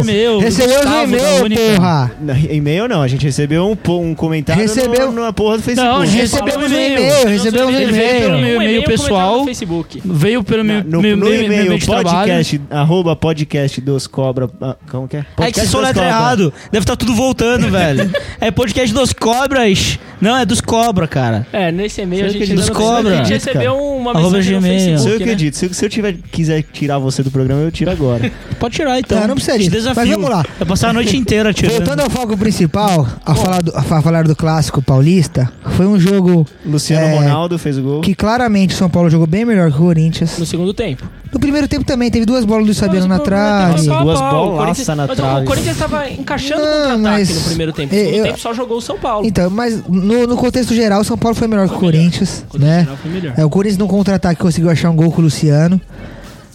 e-mail
um!
do
Recebemos um
Gustavo, da
e-mail,
Única.
porra!
Não, E-mail não, a gente recebeu um, po- um comentário
Recebeu.
no, na porra do Facebook.
Não, a gente
Recebemos
falou
um e-mail,
Então,
recebemos um
Ele veio
e-mail.
pelo meu
Um
e-mail
comentário
pessoal,
no Facebook.
veio pelo meu
Na- no,
meu-
no
meu- meu e-mail
e-mail,
de trabalho.
podcast, arroba podcast dos cobra. ah, Como que é?
É que
Podcast dos
se soletra
cobra.
errado, deve estar tudo voltando, velho. É podcast dos cobras. Não, é dos cobra, cara.
É, nesse e-mail
Sei
a
que
gente,
eles
ainda não-
cobram.
a gente recebeu uma
Arroba
mensagem no
Gmail.
Se eu
Facebook, né?
acredito, se, se eu tiver, quiser tirar você do programa, eu tiro agora.
Pode tirar, então.
Não, não precisa
Te
disso.
desafio.
Mas vamos lá.
Vai passar a noite inteira tirando.
Voltando ao foco principal, a falar, do, a falar do clássico paulista, foi um jogo
Luciano
É,
Ronaldo fez o gol.
que claramente o São Paulo jogou bem melhor que o Corinthians.
No segundo tempo.
No primeiro tempo também, teve duas bolas do Sabiano Tá na
Mas o problema é que
trave.
tava
Duas
pau a pau. O
bolaças
Corinthians-
na
mas
trave.
O Corinthians tava encaixando
Não,
contra-ataque
mas-
no primeiro tempo. No segundo
eu-
tempo só jogou o São Paulo.
Então, mas no, no contexto geral, o São Paulo foi melhor que o Corinthians, né?
Foi melhor.
É, o Corinthians no contra-ataque conseguiu achar um gol com o Luciano.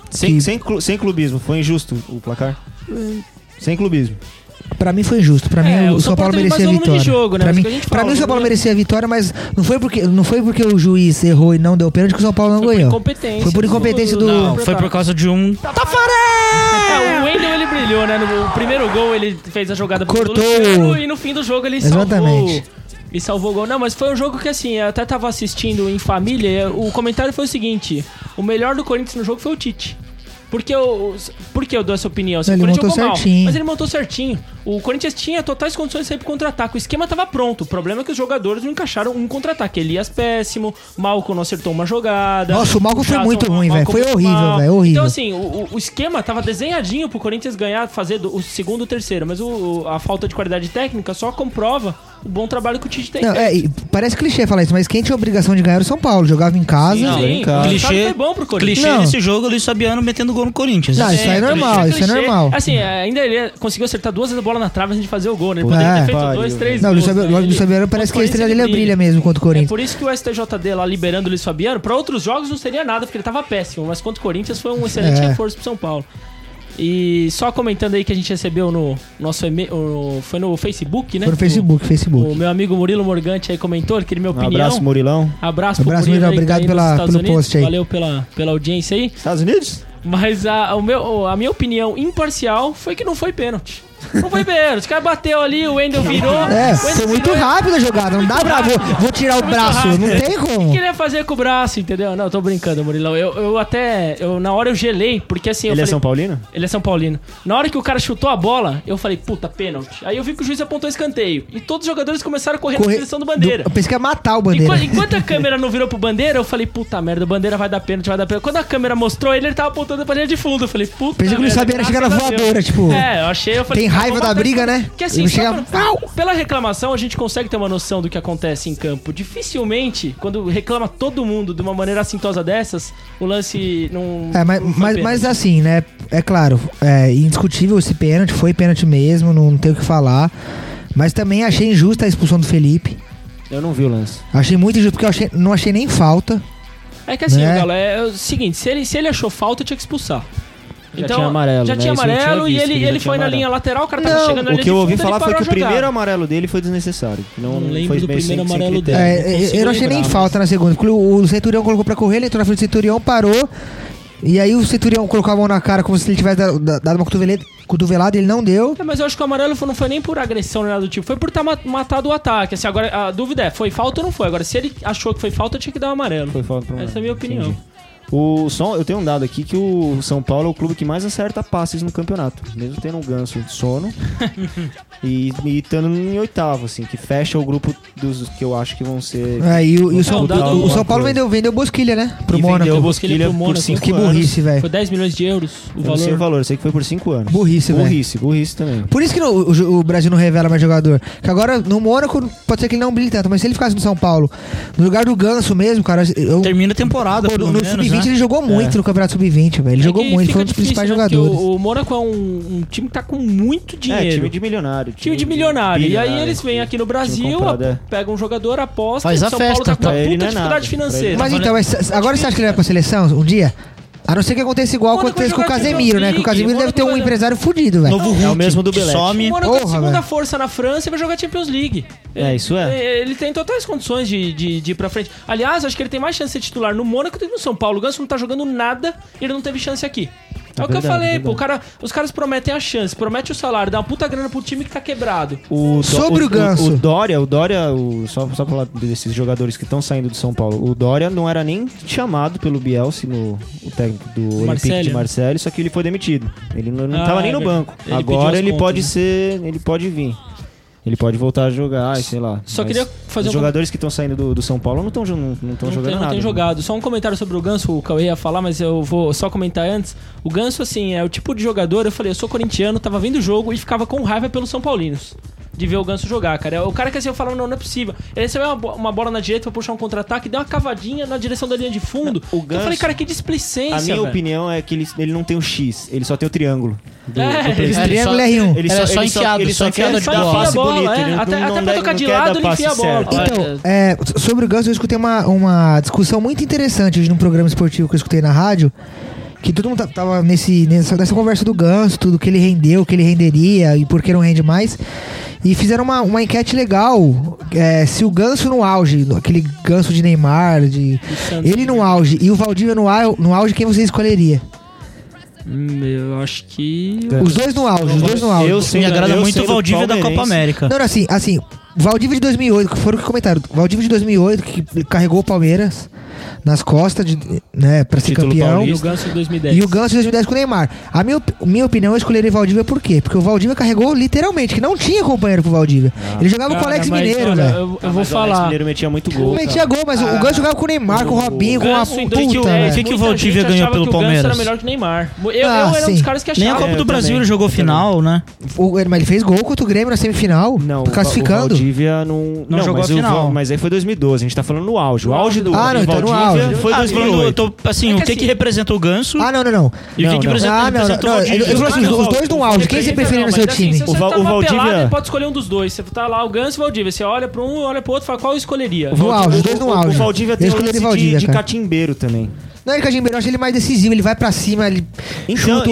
Sem,
que-
sem, clu- sem clubismo, foi injusto o placar? Sem clubismo.
Pra mim foi injusto. Pra mim
É,
o, São Paulo,
teve mais
merecia a
volume de
vitória.
jogo, né?
Pra,
Mas
mim,
que a gente
pra
fala,
mim o
o
São Paulo
jogo-
merecia a vitória, mas não foi porque, não foi porque o juiz errou e não deu pênalti que o São Paulo não
Foi por
ganhou.
incompetência.
Foi por incompetência do-
da-
Não, foi por causa de um...
Tá
É, o Wendel ele brilhou, né? No o primeiro gol ele fez a jogada pro
Cortou
Luciano
o-
e no fim do jogo ele
Exatamente.
salvou. E salvou o gol. Não, mas foi um jogo que assim, eu até tava assistindo em família, e o comentário foi o seguinte: o melhor do Corinthians no jogo foi o Tite. Porque eu, porque eu dou essa opinião? Assim,
Ele
o Corinthians
montou
jogou
certinho.
mal, mas ele montou certinho. O Corinthians tinha totais condições de sair pro contra-ataque. O esquema tava pronto. O problema é que os jogadores não encaixaram um contra-ataque. Elias péssimo, Malcom não acertou uma jogada.
Nossa, o Malcom foi
Jadson,
muito ruim, velho.
Malcom
Foi
muito
horrível,
mal.
velho, horrível.
Então, assim, assim, o- o, o esquema tava desenhadinho pro Corinthians ganhar, fazer do- o segundo e o terceiro, mas o- o- a falta de qualidade técnica só comprova o bom trabalho que o Tite tem.
Não, é, e parece clichê falar isso, mas quem tinha obrigação de ganhar era o São Paulo. Jogava em casa.
Sim,
Não,
sim,
em casa.
o resultado
Clichê-
tá
foi bom pro Corinthians.
Clichê
Não.
nesse jogo, Luiz Sabiano metendo gol no Corinthians.
Não, isso aí é normal, isso é
clichê.
normal.
Assim, é, ainda ele conseguiu acertar duas vezes a bola na trave antes de fazer o gol, né? Ele
Puta
poderia ter
que
feito
pariu,
dois, três
É. Não, o
gols. né?
Luciano
Ele-
Sabiano parece que a estrela dele é brilha mesmo contra o
É
Corinthians.
por isso que o STJD lá liberando o Luiz Fabiano, pra outros jogos não seria nada, porque ele tava péssimo, mas contra o Corinthians foi um excelente
É.
reforço pro São Paulo. E só comentando aí que a gente recebeu no nosso e-mail, o- foi no Facebook, né?
Foi no Facebook, Facebook.
O meu amigo Murilo Morgante aí comentou, ele queria minha
Um
opinião.
abraço, Murilão.
Abraço,
Abraço, pro Murilo,
Murilo,
aí que tá
obrigado
aí nos
pela-
Estados
pelo
Unidos.
post aí.
Valeu pela, pela audiência aí.
Estados Unidos?
Mas a, o meu, a minha opinião imparcial foi que não foi pênalti. Não foi pênalti. O cara bateu ali, o Wendel virou.
É,
o
foi
Wendel
muito
virou,
rápido a jogada. Não dá pra. Vou, vou tirar o
muito
braço.
rápido.
Não tem
O
como.
que ele ia fazer com o braço, entendeu? Não, eu tô brincando, Murilão. Eu, eu até. Eu, na hora eu gelei, porque assim. eu
Ele é
falei-
São Paulino?
Ele é São Paulino. Na hora que o cara chutou a bola, eu falei, puta, pênalti. Aí eu vi que o juiz apontou escanteio. E todos os jogadores começaram a correr na
Corre-
direção do bandeira.
Eu pensei que ia matar o
Enqu-
bandeira.
Enquanto, a câmera não virou pro bandeira, eu falei, puta merda, o bandeira vai dar pênalti, vai dar pênalti. Quando a câmera mostrou ele, ele tava apontando pra linha de fundo. Eu falei, puta
Pensei que o Luiz
merda,
Fabiano ia chegar na
graças a Deus.
voadora, tipo,
É, eu achei, eu falei.
tem
"Tá,
raiva
vamos
da
até-
briga, né?
Que assim,
Ele
só
chega-
pra-
Pau!
pela reclamação, a gente consegue ter uma noção do que acontece em campo. Dificilmente, quando reclama todo mundo de uma maneira assintosa dessas, o lance não.
É, mas,
não foi
mas,
pênalti.
mas assim, né? É claro, é indiscutível esse pênalti, foi pênalti mesmo, não tem o que falar. Mas também achei injusta a expulsão do Felipe.
Eu não vi o lance.
Achei muito injusto, porque eu achei- não achei nem falta.
É que assim,
Né?
Galo, é o seguinte, se ele, se ele achou falta, tinha que expulsar. Então,
Já tinha amarelo,
já
né?
tinha
Isso eu tinha
amarelo e
visto,
ele,
que já
ele
tinha
foi na
amarelo.
linha lateral, o cara tava chegando
o
na linha
que eu
de
ouvi
fundo, então ele
falar foi
parou
que o
a jogada.
primeiro amarelo dele foi desnecessário. que Não,
Não lembro
foi
do
meio sem-
primeiro
sem
amarelo
critério.
dele.
É,
não
eu-
consigo
eu não achei nem
lembrar,
falta na segunda, porque o, o Centurião colocou pra correr, ele entrou na frente do Centurião, parou. E aí o Centurião colocou a mão na cara como se ele tivesse da- da- dado uma cotovelada, cotovelada, ele não deu.
É, mas eu acho que o amarelo foi- não foi nem por agressão nem nada do tipo, foi por ter ma- matado o ataque. Assim, agora a dúvida é, foi falta ou não foi? Agora, se ele achou que foi falta, tinha que dar o amarelo.
Foi falta pro
Essa é a
amarelo.
minha opinião.
Entendi. O só, eu tenho um dado aqui que o São Paulo é o clube que mais acerta passes no campeonato, mesmo tendo um ganso de sono e, e estando em oitavo, assim, que fecha o grupo dos que eu acho que vão ser.
É, e o, e o
É,
São,
o dado-
o- o São Paulo
coisa.
vendeu, vendeu Bosquilha, né? Pro
e
Mônaco.
vendeu o
Bosquilha
Bosquilha
pro
por
Mônaco.
cinco
Que
anos.
burrice, velho.
Foi 10 milhões de euros o
Eu não sei o
valor.
valor, eu sei que foi por cinco anos.
Burrice, velho.
burrice, burrice também.
Por isso que não- o, o Brasil não revela mais jogador. Que agora, no Mônaco, pode ser que ele não brilhe tanto, mas se ele ficasse no São Paulo, no lugar do Ganso mesmo, cara, eu,
Termina a temporada,
Pô,
pelo
no no
menos,
Sub-20
né?
ele jogou muito no Campeonato Sub-20, velho. Ele
É
jogou
que
muito, ele
fica
foi um dos
difícil,
principais
né? Porque
jogadores.
O, o Mônaco é um, um time que tá com muito dinheiro.
É, time de milionário.
Time de milionário. E aí eles vêm aqui no Brasil,
comprado, é.
pegam um jogador, apostam.
Faz a
São
festa,
Paulo tá com
tá?
uma
Pra
puta
ele não é
dificuldade
nada. Pra
financeira.
ele
Mas
Mas
então, mas agora você acha que ele vai pra seleção um dia? A não ser que aconteça igual
Mônaco
acontece
vai
com o
jogar
Casemiro,
Champions
né? Que o
League,
Casemiro deve
Mônaco
ter um
vai-
empresário fudido, velho.
Novo Hulk,
É o mesmo do
que
Belete.
some.
O Mônaco é a
Porra,
segunda
velho.
força na França e vai jogar Champions League.
É, isso é.
É, Ele tem totais condições de, de, de ir pra frente. Aliás, acho que ele tem mais chance de ser titular no Mônaco do que no São Paulo. O Ganso não tá jogando nada e ele não teve chance aqui. É, o que eu
verdade,
falei,
é
pô. O cara, os caras prometem a chance, prometem o salário, dá uma puta grana pro time que tá quebrado.
O Do-
Sobre o Ganso.
O, Dória, o Dória, o- só, só pra falar desses jogadores que estão saindo de São Paulo. O Dória não era nem chamado pelo Bielsa, no, o técnico do Olympique
Marcelo.
de Marseille, só que ele foi demitido. Ele não, não
Ah,
tava
é
nem no
verdade.
banco.
Ele
Agora
pediu as
ele
contas,
pode
né?
ser. Ele pode vir. Ele pode voltar a jogar, sei lá.
Só
Mas
queria fazer
Os
um-
jogadores que estão saindo do, do São Paulo não estão não, não tão jogando
Não tem, não
nada. né?
tem jogado. Só um comentário sobre o Ganso, o Cauê ia falar, mas eu vou só comentar antes. O Ganso, assim, é o tipo de jogador, eu falei, eu sou corintiano, tava vendo o jogo e ficava com raiva pelos São Paulinos. De ver o Ganso jogar, cara. É O cara que assim, eu falava, não, não é possível. Ele recebeu uma, bo- uma bola na direita pra puxar um contra-ataque, deu uma cavadinha na direção da linha de fundo.
O
eu
Ganso-
falei, cara, que displicência,
A minha
velho.
opinião é que ele, ele não tem o X, ele só tem o triângulo. do-
É,
do
ele-
É, ele
Triângulo
só-
R1.
Ele
Ela é só
ele
enfiado,
ele
só
só quer
enfiado de
dar
bola.
passe
Enfia a bola,
bonito.
é.
ele não-
Até-
não
até pra
dá-
tocar de
não quer
lado,
dar
ele
passe
enfia a bola.
certo.
Então, é, sobre o Ganso, eu escutei uma, uma discussão muito interessante hoje num programa esportivo que eu escutei na rádio. Que todo mundo ta- tava nesse, nessa, nessa conversa do Ganso, tudo que ele rendeu, que ele renderia e por que não rende mais. E fizeram uma, uma enquete legal. é, se o Ganso no auge, no- aquele Ganso de Neymar, de,
Santos.
ele no auge e o Valdívia no, au- no auge, quem você escolheria?
Hum, eu acho que.
Os dois no auge, os dois no auge.
Eu
Me
sendo-
agrada
eu
é muito o
sendo
Valdívia da Copa
palmeirense,
América.
Não, não, assim, assim, Valdívia de 2008, que foram que comentaram, Valdívia de 2008 que carregou o Palmeiras nas costas de, né, para ser
Título
campeão.
E o
paulista.
Ganso de 2010.
E o Ganso de 2010 com o Neymar. A minha, op- minha opinião, eu escolheria Valdívia por quê? Porque o Valdívia carregou literalmente, que não tinha companheiro pro Valdívia. Ele jogava com o
Cara,
Alex
Tá, mas,
Mineiro,
olha,
velho.
Eu, eu
Ah,
vou
mas O Alex
falar.
Mineiro metia muito gol.
Não
cara.
metia gol, mas o- o Ganso jogava com o Neymar, com o
o
Robinho, com a
Ganso em 2010,
puta,
é,
velho.
que que o
muita
Valdívia
gente
ganhou
achava
pelo
que o Ganso era
Palmeiras?
melhor que o Neymar. Eu, eu
Ah,
era um dos
sim.
caras que
Nem a é,
achava.
Copa
eu
do Brasil
também,
ele jogou final, né?
O- é, Mas ele fez gol contra o Grêmio na semifinal,
Não, o
classificando.
Val- o Valdívia não, não,
jogou
mas
a
o
final.
Val- mas aí foi 2012, a gente tá falando no auge. O auge do
Ah, não,
do
então no
Valdívia
auge.
foi
Ah, eu
2008.
tô, assim,
É que
o que
assim-
que representa o Ganso
ah, não, não, não.
e o que
não,
que
não.
representa,
Ah, não, não,
representa o
não. Ele,
Valdívia?
ele falou assim,
Ah, não,
os dois no auge, quem você prefere no seu
Mas, assim,
time?
se você
O Val-
tá
o
numa
Valdívia-
pelada, Pode escolher um dos dois. Você tá lá, o Ganso e o Valdívia. Você olha pra um, olha pro outro, fala qual eu escolheria.
No auge, os dois
O-
no
o-
auge.
O Valdívia tem
eu
um
escolheria
lance
é Valdívia,
de, de
cara.
catimbeiro também.
Não, ele Cajimbeiro, eu acho ele mais decisivo, ele vai pra cima, ele chuta.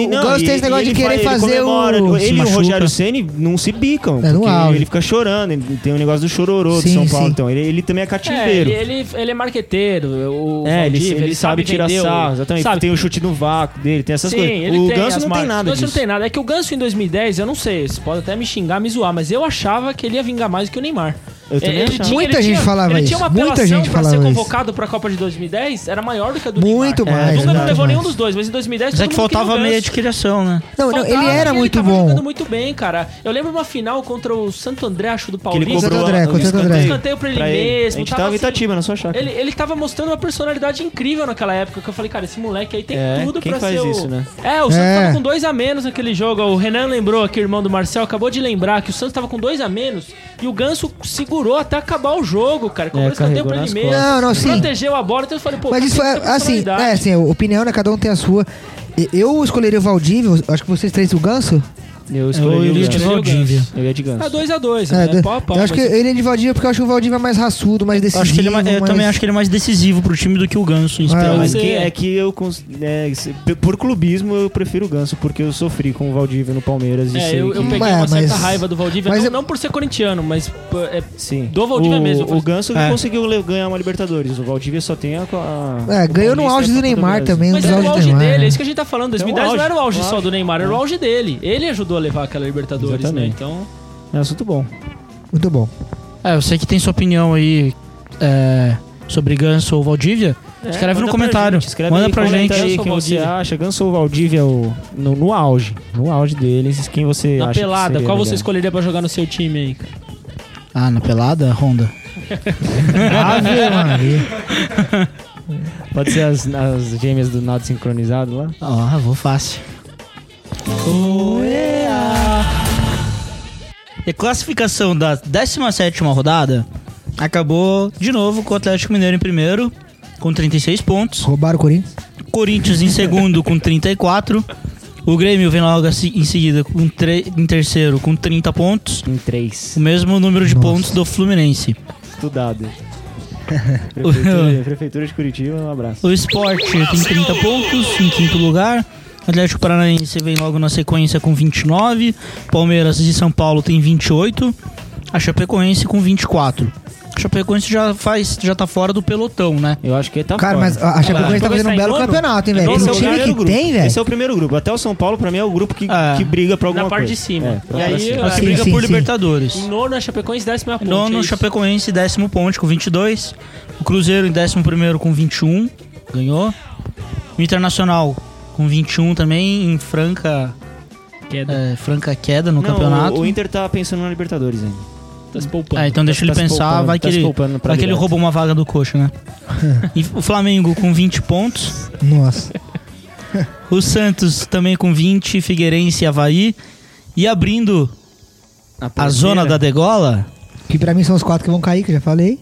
Então, e não,
o Ganso
e-
tem esse negócio
e
de
ele
querer
fa- ele
fazer
comemora,
o.
se
Ele e o
machuca.
Rogério Ceni não se bicam.
É, no
porque
auge.
ele fica chorando, ele tem um negócio do chororô do
Sim,
São Paulo.
sim.
Então, ele, ele também é
É,
catimbeiro.
ele, ele, ele é marqueteiro. O
É, ele,
Valdívia,
ele sabe tirar
vender o-
sarro, exatamente.
sabe?
Tem o chute no vácuo dele, tem essas
Sim,
coisas.
ele
O
tem
Ganso
as
não tem
marcas.
nada
O Ganso
disso.
não tem nada. É que o Ganso em 2010, eu não sei, você pode até me xingar, me zoar, mas eu achava que ele ia vingar mais que o Neymar.
Eu também
É, ele
achava.
tinha-
Muita
ele
gente
tinha-
falava
ele
isso,
Tinha uma
muita
apelação
gente
pra
falava
ser
isso.
convocado pra Copa de 2010 era maior do que a do
Muito
Neymar.
mais,
Nunca não
verdade,
levou
mais.
nenhum dos dois, mas em 2010
Mas é
todo
que
mundo queria o
faltava
Ganso.
meia de criação, né?
Não, não, ele
Faltava,
era
ele
muito
tava
bom.
jogando muito bem, cara. Eu lembro uma final contra o Santo André, acho do
Que
Paulista. um
ele cobrou
André,
lá,
contra o Santo
escanteio
André.
Escanteio pra ele
pra
mesmo,
A gente tava
tava
em né?
assim-
Itatiba, na sua chácara.
Ele, ele tava mostrando uma personalidade incrível naquela época, que eu falei, cara, esse moleque aí tem
É,
tudo
quem
pra
faz
ser
isso,
o...
né?
É, o Santos
É.
tava com dois a menos naquele jogo. O Renan lembrou aqui, irmão do Marcel, acabou de lembrar que o Santos tava com dois a menos e o Ganso segurou até acabar o jogo, cara. Cobrou
É,
escanteio
carregou
pra ele
nas
mesmo.
costas. Não, não, sim.
Protegeu a bola, então eu falei, pô...
Mas
cara,
isso
tem
é assim,
muita
é
personalidade.
assim, a opinião, né? Cada um tem a sua. E- Eu escolheria o Valdívio, acho que vocês três o Ganso?
Eu
Eu
escolhi
iria
o
de
Ganso.
Ganso.
Valdívia.
Eu ia de
Tá
Ganso.
2 a 2
É,
né?
do-
Pau a pau.
eu acho que
mas-
ele é de Valdívia porque eu acho que o Valdívio é mais raçudo, mais
Eu,
decisivo.
acho que ele é mais- eu
mais-
também acho que ele é mais decisivo pro time do que o Ganso, em
Não,
especial.
mas
Você-
que- é que eu. cons- é, se- p- por clubismo, eu prefiro o Ganso, porque eu sofri com o Valdívia no Palmeiras. e
É,
sei
eu, eu
que-
peguei
Ué,
uma certa
mas-
raiva do Valdívia,
mas
não,
é-
não por ser corintiano, mas pô, é,
Sim.
do Valdívia
o,
mesmo, eu
O
falei-
Ganso não
É.
conseguiu le- ganhar uma Libertadores. O Valdívia só tem a. a-
É,
o
ganhou no
Paulista
auge
e a
do
Copa
Neymar
Brasil.
também.
Mas
nos
era o
auge do
auge
Neymar,
dele,
né?
é isso que a gente tá falando.
Então,
2010 não
auge,
era o auge só
auge.
do Neymar, era o auge dele. Ele ajudou a levar aquela Libertadores,
Exatamente.
né? Então.
É assunto bom.
Muito bom.
É, eu sei que tem sua opinião aí é, sobre Ganso ou Valdívia, Escreve
manda
no comentário.
Pra gente, escreve
Manda
aí,
pra
comenta
gente.
aí quem você
Valdívia.
acha. Ganso ou Valdívia o- no, no auge. No auge deles, quem você
Na
acha. que
pelada,
seria
qual
melhor?
você escolheria pra jogar no seu time aí, cara?
Ah, na pelada, Honda.
Ave Maria.
Pode ser as, as gêmeas do nado sincronizado lá?
Ó, vou fácil. E a classificação da 17 rodada acabou de novo com o Atlético Mineiro em primeiro, com 36 pontos.
Roubaram o Corinthians.
Corinthians em segundo, com 34. O Grêmio vem logo assim- em seguida com tre- em terceiro, com 30 pontos.
Em três.
O mesmo número de
Nossa.
pontos do Fluminense.
Estudado. Prefeitura, Prefeitura de Curitiba, um abraço.
O Sport tem 30 pontos em quinto lugar. Atlético Paranaense vem logo na sequência com 29. Palmeiras de São Paulo tem 28. A Chapecoense com 24. A Chapecoense já faz, já tá fora do pelotão, né?
Eu acho que ele tá
Cara,
fora.
mas a a Chapecoense tá
Chapecoense
fazendo
tá
um
em
belo
nono?
campeonato, hein, velho?
Nosso
O
é o
time
primeiro
que
grupo.
tem, velho.
Esse é o primeiro grupo. Até o São Paulo, pra mim, é o grupo que,
É.
que briga pra alguma
Na parte
coisa.
de cima.
É, pra
e aí,
classificar.
Ela
assim,
que
sim,
briga
sim,
por
sim.
Libertadores.
em nono, a Chapecoense, décimo é a ponte. é
Nono,
isso.
Chapecoense, décimo ponte com 22. O Cruzeiro em décimo primeiro com 21. Ganhou. O Internacional com 21 também, em franca,
Queda.
é, franca queda no
Não,
campeonato.
O, o Inter tá pensando na Libertadores ainda.
Tá se poupando.
Ah, então deixa
Tá
ele
se
pensar,
poupando,
vai
tá
que
se
ele,
poupando pra
vai que ele
direto.
roubou uma vaga do coxa, né? e o Flamengo com 20 pontos,
Nossa.
o Santos também com 20, Figueirense e Havaí. E abrindo
Na
a
porteira.
zona da degola,
Que pra mim são os quatro que vão cair, que eu já falei.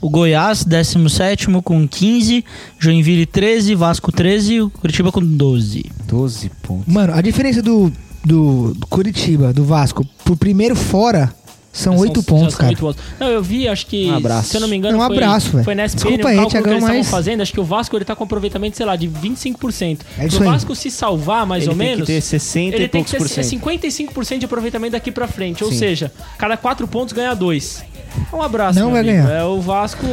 o Goiás, 17 com 15, Joinville 13, Vasco 13, o Curitiba com 12.
12 pontos.
Mano, a diferença do, do, do Curitiba, do Vasco, pro primeiro fora, são oito
Já
pontos,
são
cara.
oito pontos. Não, eu vi, acho que.
Um abraço.
Se eu não me engano,
Um
foi-
abraço,
foi,
velho.
na SPN
Desculpa
o
aí,
cálculo que
Thiagão,
eles estavam
mas-
fazendo. Acho que o Vasco ele tá com aproveitamento, sei lá, de 25%.
É isso
Pro
aí.
Vasco se salvar, mais
ele
ou
tem
menos.
que ter 60
Ele
e
tem
poucos
que assim, ter
por cento.
55% de aproveitamento daqui pra frente. Ou
Sim.
seja, cada 4 pontos ganha 2. Um abraço.
Não vai
meu amigo.
ganhar.
É o Vasco.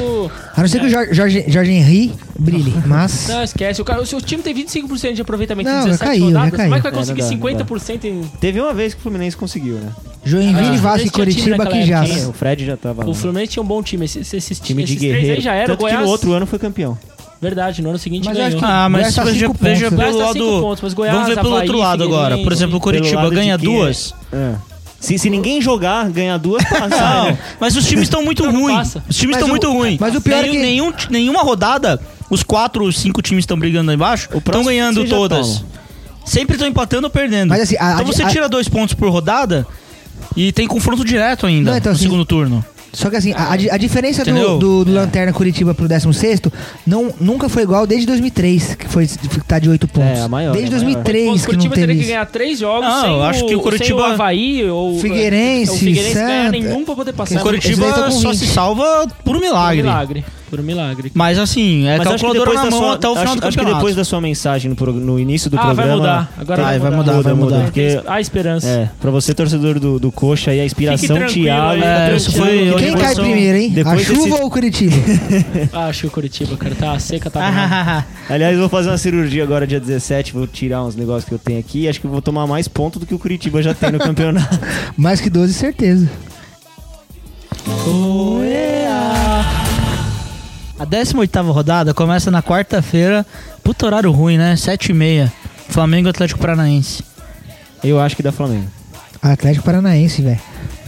A não ser que o Jorge, Jorge, Jorge Henry brilhe, mas...
Não, esquece. O, cara, o seu time tem 25% de aproveitamento
Não,
em
já
17
caiu, já
rodadas.
caiu.
Como é que vai
É, não
conseguir
dá, não
50% em.
Teve uma vez que o Fluminense conseguiu, né?
Joinville,
Ah,
Vasco e
esse tinha time
Curitiba
naquela
que
época,
já.
hein?
É, o Fred já tava lá.
O Fluminense tinha um bom time. Esses, esses,
time de
esses três
guerreiro.
aí já era.
Tanto
o Goiás.
que no outro ano foi campeão.
Verdade, no ano seguinte
Mas eu acho
ganhou.
que-
Ah, mas
Goiás tá
veja,
cinco
veja
pontos,
né?
pelo
Goiás tá
lado.
cinco pontos, mas Goiás,
vamos ver pelo
Havaí,
outro lado agora. Por
Figueirense.
exemplo, o
Pelo
Curitiba
lado de
ganha
quem é-
duas.
É. Se, se ninguém jogar, ganhar duas, passa.
Não, É
né?
mas os times estão muito
Não, não
ruins.
passa.
Os times
Mas
estão
o-
muito ruins.
mas o pior é que-
nenhuma rodada, os quatro ou cinco times estão brigando lá embaixo, estão
próximo
ganhando
vocês já
todas. Sempre estão empatando ou perdendo.
Mas assim, a-
então
a-
você
a-
tira dois pontos por rodada e tem confronto direto ainda
Não, então,
no
assim,
segundo turno.
Só que assim, a, a di- a diferença do,
Entendeu? É.
do- do Lanterna Curitiba pro 16 não, nunca foi igual desde 2003, que foi tá de 8 pontos.
É, a maior,
desde
a maior.
2003
Bom, o
que não
Curitiba
teve
teria que
é isso.
ganhar três jogos
Não,
sem
eu acho
o,
que o Curitiba-
sem o Havaí ou...
Figueirense,
o Figueirense ganhar
Santa.
nenhum pra poder
O
passar.
daí tão
Curitiba
com
só
20.
se salva por um
Por um
milagre.
milagre. Por um milagre.
Mas assim, é
Mas acho que
calculadora
depois
na
da
mão
sua,
até o
acho-
final do
acho que
campeonato.
depois da sua mensagem no, prog- no início do
ah,
programa.
vai mudar. Agora
Vai, vai
mudar.
mudar, vai mudar.
Porque
Há esperança.
É, pra você, torcedor do, do Coxa, aí a inspiração,
tranquilo
Thiago.
aí, É,
Tá
isso
tranquilo.
foi- um
E Quem
Depois
cai
são-
primeiro, hein? A
depois
chuva
desse-
ou o Curitiba?
Ah, acho que o Curitiba, cara, tá seca, tá grande.
Aliás, eu vou fazer uma cirurgia agora, dia 17. Vou tirar uns negócios que eu tenho aqui. Acho que eu vou tomar mais ponto do que o Curitiba já tem no campeonato.
Mais que 12, certeza.
A 18 rodada começa na quarta-feira. Puta horário ruim, né? 7h30. Flamengo e Atlético Paranaense.
Eu acho que dá Flamengo.
Atlético Paranaense, velho.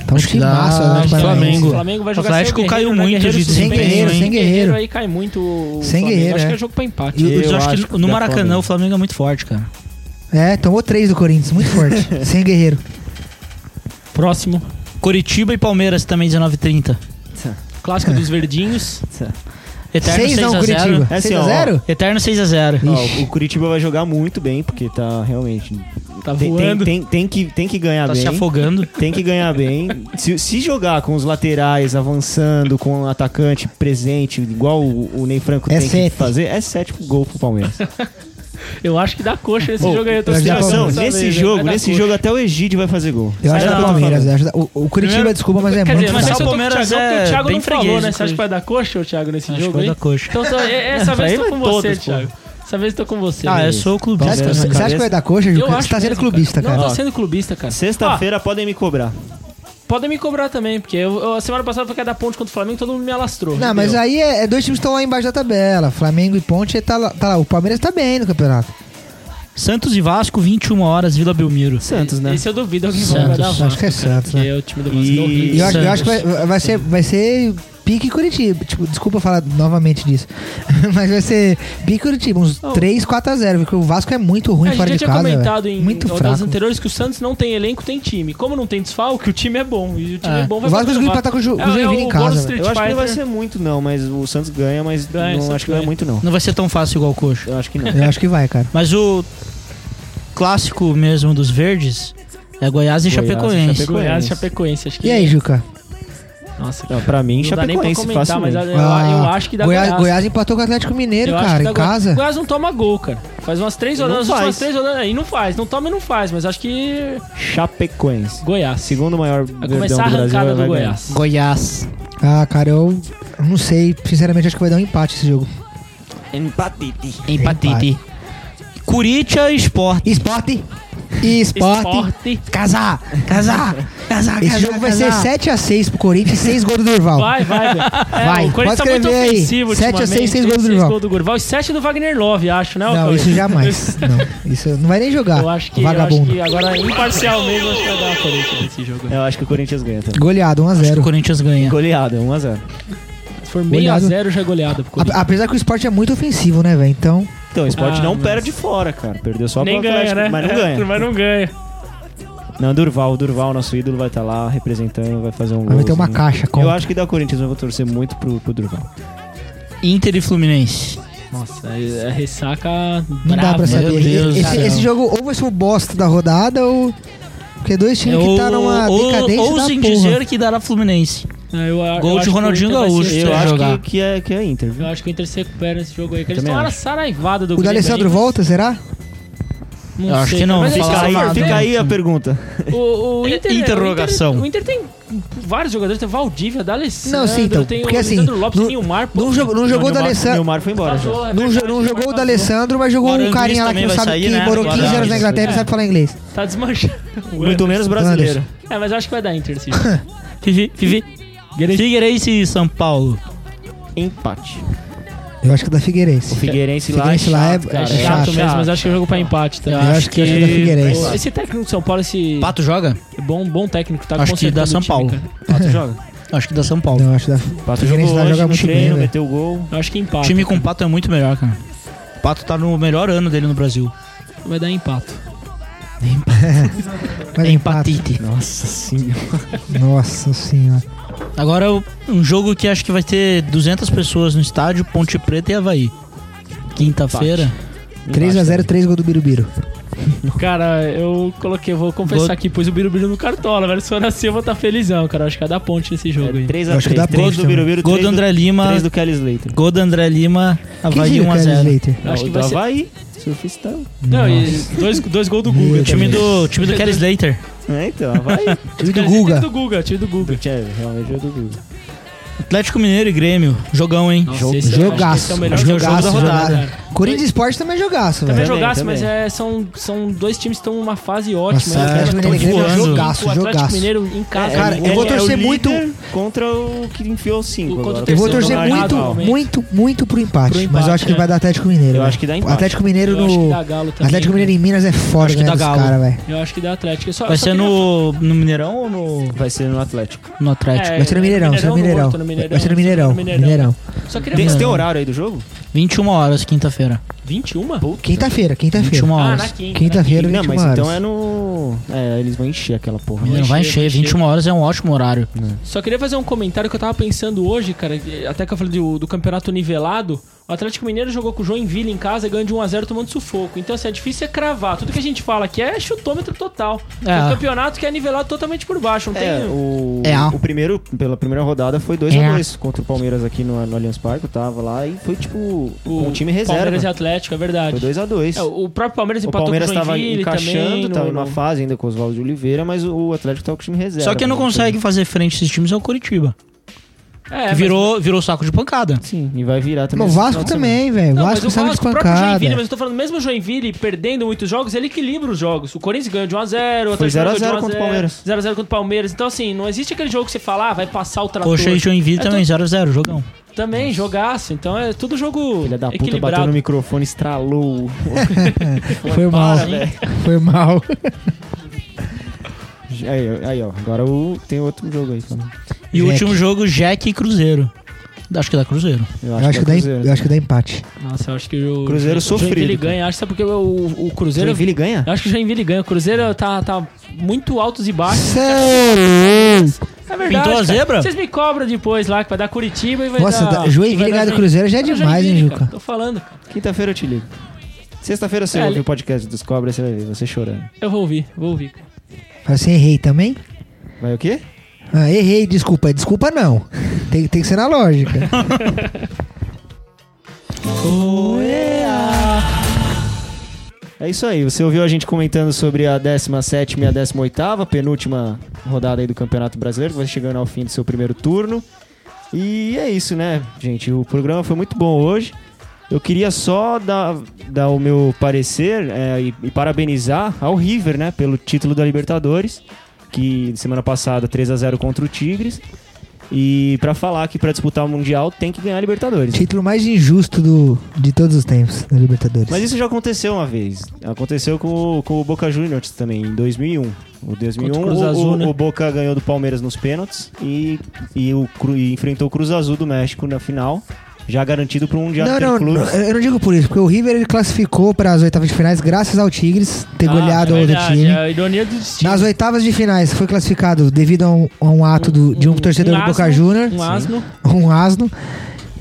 Tá um
Acho que
time massa,
dá
Atlético Paranaense.
Flamengo.
O Flamengo vai jogar
O Atlético
sem o Guerreiro,
caiu
né?
muito
Guerreiro
de
se
desempenho,
suspende,
hein?
Sem
Guerreiro.
Guerreiro aí cai muito o
Sem
Flamengo.
Guerreiro,
Acho que
é.
é jogo pra empate.
E eu,
Eu
acho,
acho
que
que
no
dá
Maracanã
Flamengo.
o Flamengo é muito forte, cara.
É, tomou três do Corinthians, muito forte. Sem guerreiro.
Próximo.
Coritiba e Palmeiras também 19h30.
Clássico dos verdinhos.
Eterno
Seis não,
6x0.
Curitiba.
É assim,
6 a um
ó,
0
Eterno 6x0.
Ó,
Ixi.
o Curitiba vai jogar muito bem, porque tá realmente.
Tá
tem, tem,
voando.
tem, tem que, tem que ganhar
Tá
bem.
se afogando.
Tem que ganhar bem. Se, se jogar com os laterais avançando, com o atacante presente, igual o, o Ney Franco
É
tem
sete.
que fazer, é sete gol pro Palmeiras.
Eu acho que dá coxa nesse
Ô,
jogo aí. Eu tô
mas já
esperando
Não,
falamos.
dessa
nesse
vez, né?
jogo,
Vai dar
nesse
coxa.
jogo até o Egídio vai fazer gol.
Eu acho
Sabe o
que é
eu tô
Palmeiras.
falando?
eu acho que- o, o Curitiba,
Primeiro-
desculpa, mas é
Quer
muito
dizer,
mas
mas
só
eu
o
tô com o
Palmeiras
Thiagão,
é
porque o Thiago
bem
não falou,
freguês,
né? Você acha
inclusive.
que vai dar coxa, ô, Thiago, nesse
Acho que
jogo
vai
aí?
dar coxa.
Então, tô- é- essa
Pra
vez eu
ele
tô com
vai
você,
todas, pô.
Thiago. Essa vez eu tô com você.
Ah, eu
beleza.
sou o clube.
Você acha, que-
Palmeiras na
você acha que
cabeça.
vai dar coxa, Juca? Você tá sendo
mesmo,
clubista,
Não,
cara.
tô sendo clubista, cara.
Sexta-feira podem me cobrar.
Ó, Podem me cobrar também, porque eu, eu- a semana passada foi que da ponte contra o Flamengo todo mundo me alastrou.
Não, mas
entendeu?
aí é, é dois times que estão lá embaixo da tabela. Flamengo e Ponte tá lá, tá lá. O Palmeiras tá bem no campeonato.
Santos e Vasco, 21 horas, Vila Belmiro.
Santos, né?
Esse eu duvido alguém
Santos,
vai dar
acho
Vasco,
que é
cara,
Santos,
porque
né?
o time do Vasco é
E-
horrível.
E eu, acho- eu acho que vai,
Santos.
vai ser, vai ser pique Curitiba. Tipo, desculpa falar novamente disso. mas vai ser pique Curitiba, uns
Não.
3, 4 a 0 Porque o Vasco é muito ruim
a gente
fora
já
de
tinha
casa.
comentado
velho.
em
muito
rodadas
fraco.
anteriores que o Santos não tem elenco, tem time. Como não tem desfalque, o time é bom. E o time é,
É.
bom
O
vai
Vasco conseguiu
pra
empatar com o Ju- com
É- é
o Joinville
o
em
Gol
casa.
Street.
velho.
Eu acho que não vai
Fighter.
ser muito, não, mas o Santos ganha, mas
Ganha,
não,
Santos
acho que não é
ganha.
muito, não.
Não vai ser tão fácil igual o Coxa.
Eu acho que não.
Eu acho que vai, cara.
Mas o clássico mesmo dos verdes é Goiás e
Goiás e
Chapecoense.
Chapecoense.
Goiás
Goiás.
e Chapecoense, acho que.
E aí, Juca?
Nossa,
Não, pra mim,
não dá nem pra
Chapecoense,
comentar, mas eu,
facilmente.
eu- eu
Ah,
acho que dá
Goiás, Goiás empatou com o Atlético Mineiro,
Eu acho
cara,
que dá
em
Goiás.
casa.
Goiás não toma gol, cara. Faz umas três
E
horas,
não
as
faz.
últimas três horas. E não faz, não toma e não faz, mas acho que.
Chapecoense.
Goiás.
Segundo maior
Vai
verdão do
começar a
Brasil.
arrancada do
vai ganhar.
Goiás.
Goiás.
Ah, cara, eu não sei. Sinceramente, acho que vai dar um empate esse jogo.
Empatite. Curitiba e Sport.
Esporte! Esporte!
Esporte.
Casar!
Casar, casar,
Esse jogo vai ser 7x6 pro Corinthians e 6 gols do Durval.
Vai, vai, velho. É,
Vai,
o Corinthians tá
pode
muito
escrever aí.
ofensivo,
Sete a
ultimamente.
seis, seis gols do
Seis
Durval.
gols do Gurval e 7 do Wagner Love, acho, né, ô,
Não,
Cauê?
isso jamais. Não, isso não vai nem jogar.
Eu acho que, eu acho
Vagabundo. É.
que agora, é imparcial mesmo, acho que vai dar uma Corinthians nesse jogo.
Eu acho que o Corinthians ganha também. é um
Goleado,
O
1x0.
Corinthians ganha.
Goleada, 1x0.
Se for meio a
Goleado.
zero, já é goleada pro Corinthians.
Apesar que o esporte é muito ofensivo, né, velho? Então,
Então, o Sport
Ah,
não
mas-
perde fora, cara. Perdeu só
Nem
pro
ganha,
Atlético,
né?
mas não
É,
ganha.
mas não ganha.
Não, Durval, Durval, nosso ídolo, vai estar lá representando, vai fazer um gol.
vai ter uma caixa. Com...
Eu acho que dá o Corinthians, mas eu vou torcer muito pro, pro Durval.
Inter e Fluminense.
Nossa, é, é ressaca
Não dá
brava.
pra saber.
meu Deus
esse,
do
esse
céu.
jogo ou vai ser o bosta da rodada ou. Porque dois times que tá numa
É
decadência da
ousem
porra.
dizer que dará Fluminense.
É, eu- eu
Gol de
acho que o
Ronaldinho
Inter vai
Gaúcho.
se-
Eu
Você
acho
jogar.
que, que é, que é Inter, viu?
Eu acho que o Inter se recupera nesse jogo aí, que eles
Também
tomaram a
acho.
saraivada do
O
Grêmio
da Alessandro
aí.
volta, será?
Eu acho que não,
mas
não
é
Fica
fala
isso,
nada.
cara.
aí, fica aí a pergunta.
O, o Inter,
Interrogação.
O Inter, o Inter tem vários jogadores, tem Valdívia, D'Alessandro,
Não, sim, então,
tem
porque
o
assim,
Lisandro Lopes,
não-
Nilmar, pô.
Não, jogou- não jogou o da
Neymar-
Alessandro.
Neymar foi embora já.
vazou, é
Não, jo-
verdade,
não jogou o da
vazou.
Alessandro, mas jogou
Agora
um
o
carinha lá que,
Anguissa também
não sabe,
vai
que
sair, né?
morou
Agora
15 anos
o
na
Anguissa,
Inglaterra e
é.
não sabe falar inglês.
Tá desmanchando.
Muito menos brasileiro.
É, mas eu acho que vai dar Inter, sim. Acho
Fifi- Fifi- Figueirense e São Paulo.
Empate.
Eu acho que é da Figueirense.
O Figueirense lá
Figueirense
é
lá
chato,
é-
cara.
é
É
chato
chato,
mesmo, mas acho que é jogo pra empate também.
Eu acho que, acho que é da Figueirense.
Pô, Esse técnico do São Paulo, esse é
Pato joga?
bom, bom técnico, tá
Acho que dá
consertando o
São
time,
Paulo.
cara.
Pato joga.
Acho que dá São Paulo.
Não, eu acho da
Pato
Figueirense
jogou
lá
hoje
joga
no
muito bem, né?
treino,
velho.
meteu gol.
Eu acho que
O
empate.
time com Pato é muito melhor, cara. O Pato tá no melhor ano dele no Brasil.
Vai dar empate.
mas empate.
Empatite.
Nossa senhora.
Nossa senhora.
Agora o- um jogo que acho que vai ter 200 pessoas no estádio, Ponte Preta e Havaí. Quinta-feira.
3x0, 3 gols do Birubiru.
Cara, eu coloquei, vou confessar
Gol-
aqui, pus o Birubiru no cartola, velho. Se eu nascer, eu vou estar felizão, cara. Eu Acho que vai dar ponte nesse jogo aí.
3
Eu
a
acho que dá
3 3
ponte
do Birubiru,
Gol do
3 do
André Lima.
3 do Kelly Slater.
Gol do André Lima, Havaí
Quem
1 a
diria, cara,
0
Slater?
Eu acho que
Não,
vai
do
ser-
Havaí, surfistão.
Não, e dois, dois gols do Guga.
Meu
O time do, o time do Kelly Slater.
É, então, Havaí.
Time do
Cara, esse
Guga.
Time do Guga, time do Guga.
Tchê, realmente é do Birubiru.
Atlético Mineiro e Grêmio. Jogão, hein?
Nossa,
Jogo-
esse eu acho que
jogaço.
esse é o melhor
Acho que é o
jogo da
jogaço,
rodada.
jogada.
cara.
Corinthians Esporte também é jogaço,
Também
velho.
jogaço,
também.
mas é, são, são dois times que estão numa fase ótima.
Nossa,
né?
Atlético
tão
Mineiro e Grêmio é
voando.
jogaço,
o Atlético
jogaço.
Mineiro em casa.
Ah, Cara,
né?
eu vou
Ele é o
torcer
líder
muito-
Contra o que enfiou 5.
Contra o
Eu vou
Terceiro
torcer
lugar,
muito,
realmente.
muito, muito pro empate.
Pro
mas
empate,
eu acho que
é.
vai dar Atlético Mineiro.
Eu
velho.
acho que dá empate.
Atlético Mineiro
Eu acho que
é, no.
dá Galo também.
Atlético Mineiro em Minas é foda,
Acho que
né?
dá
Dos
Galo.
caras, velho.
Eu acho que dá Atlético. Eu só-
Vai
só
ser
queria-
no, no Mineirão ou no,
Vai ser no Atlético.
no Atlético?
É,
Vai ser no Mineirão, vai ser no Mineirão.
Horto, no Mineirão.
Vai ser no Mineirão. Mineirão.
Só
É,
queria
Tem,
Não.
tem horário aí do jogo?
21 horas, quinta-feira.
21?
Quinta-feira, quinta-feira.
21
Ah, na
horas.
quinta.
Quinta-feira,
não,
21
mas
horas.
então é no. É, eles vão encher aquela porra.
Mineirão vai
encher, vai
encher,
encher.
21 horas é um ótimo horário.
Só queria fazer um comentário que eu tava pensando hoje, cara. que- Até que eu falei do, do campeonato nivelado. O Atlético Mineiro jogou com o Joinville em casa e ganhou de 1x0 tomando sufoco. Então, assim, é difícil é cravar. Tudo que a gente fala aqui é chutômetro total.
É.
É um campeonato que é nivelado totalmente por baixo. Não
É,
tem.
o,
É.
o primeiro, pela primeira rodada, foi 2x2
É.
contra o Palmeiras aqui no, no Allianz Parque. Eu tava lá e foi tipo
O
um time reserva.
Palmeiras e Atlético, é verdade.
Foi 2x2.
É, o próprio Palmeiras
O
empatou
Palmeiras
com o
tava
Joinville também.
encaixando,
no-
tava em uma
no-
fase ainda com o Oswaldo de Oliveira, mas o, o Atlético tava com o tá time reserva.
Só que não
né?
consegue fazer frente a esses times é o Curitiba.
É,
que virou, virou saco de pancada.
Sim, e vai virar também.
No
esse
Vasco
final de semana.
também, velho.
Não, mas
Vasco sabe de
o próprio
espancada.
Joinville, mas eu tô falando, mesmo o Joinville perdendo muitos jogos, ele equilibra os jogos. O Corinthians ganhou de 1x0, o
Foi
Atlético
0 a 0
ganhou de 1 a 0,
contra o Palmeiras.
0x0 contra o Palmeiras. Então, assim, não existe aquele jogo que você fala, ah, vai passar o trator.
Coxa e Joinville
É
também, 0x0, jogão.
tudo- Também, jogaço. Então é tudo jogo
Filha da puta bateu
equilibrado.
no microfone, estralou.
Foi mal.
velho.
Foi mal.
aí, aí, ó. Agora o... tem outro jogo aí então. também.
E o
Jack.
último jogo, Jack e Cruzeiro. Acho que dá Cruzeiro.
Eu
Eu acho, que
é
dá, em-
Cruzeiro.
eu acho que dá empate.
Nossa, eu acho que o
Cruzeiro sofrido,
Joinville
cara.
ganha. Acho que é porque o, o Cruzeiro...
Joinville ganha?
Eu acho que o Joinville ganha. O Cruzeiro tá, tá muito altos e baixos.
Cê é louco.
É verdade,
Pintou a
cara.
zebra?
Vocês me cobram depois lá, que vai dar Curitiba e vai
Nossa,
dar...
da- Joinville ganhar do Cruzeiro já é demais, hein, Juca?
Tô falando, cara.
Quinta-feira eu te ligo. Sexta-feira você
É,
ouve
ele-
o podcast dos cobras, você vai ver, você chorando.
Eu vou ouvir, vou ouvir. cara.
Você errei também?
Vai o quê?
Ah, errei, desculpa. Desculpa não. Tem, tem que ser na lógica.
É isso aí, você ouviu a gente comentando sobre a 17 e a 18, penúltima rodada aí do Campeonato Brasileiro, que vai chegando ao fim do seu primeiro turno. E é isso, né, gente? O programa foi muito bom hoje. Eu queria só dar, dar o meu parecer é, e, e parabenizar ao River, né, pelo título da Libertadores, que semana passada 3 a 0 contra o Tigres. E pra falar que pra disputar o Mundial tem que ganhar a Libertadores.
Título mais injusto do, de todos os tempos da Libertadores.
Mas isso já aconteceu uma vez. Aconteceu com, o- com o Boca Juniors também, em 2001. O 2001,
Contra o
o,
Cruz Azul,
o-
né?
o Boca ganhou do Palmeiras nos pênaltis e, e, o, Cru- e enfrentou o Cruz Azul do México na final, já garantido para um Mundial
não,
de
não,
Clubes.
não, eu não digo por isso, porque o River ele classificou para as oitavas de finais graças ao Tigres ter
Ah,
goleado
é
outro
verdade,
time.
é a ironia do destino.
Nas oitavas de finais foi classificado devido a um, a um ato do- de um, torcedor do Boca
asno,
Juniors,
Um asno.
um asno.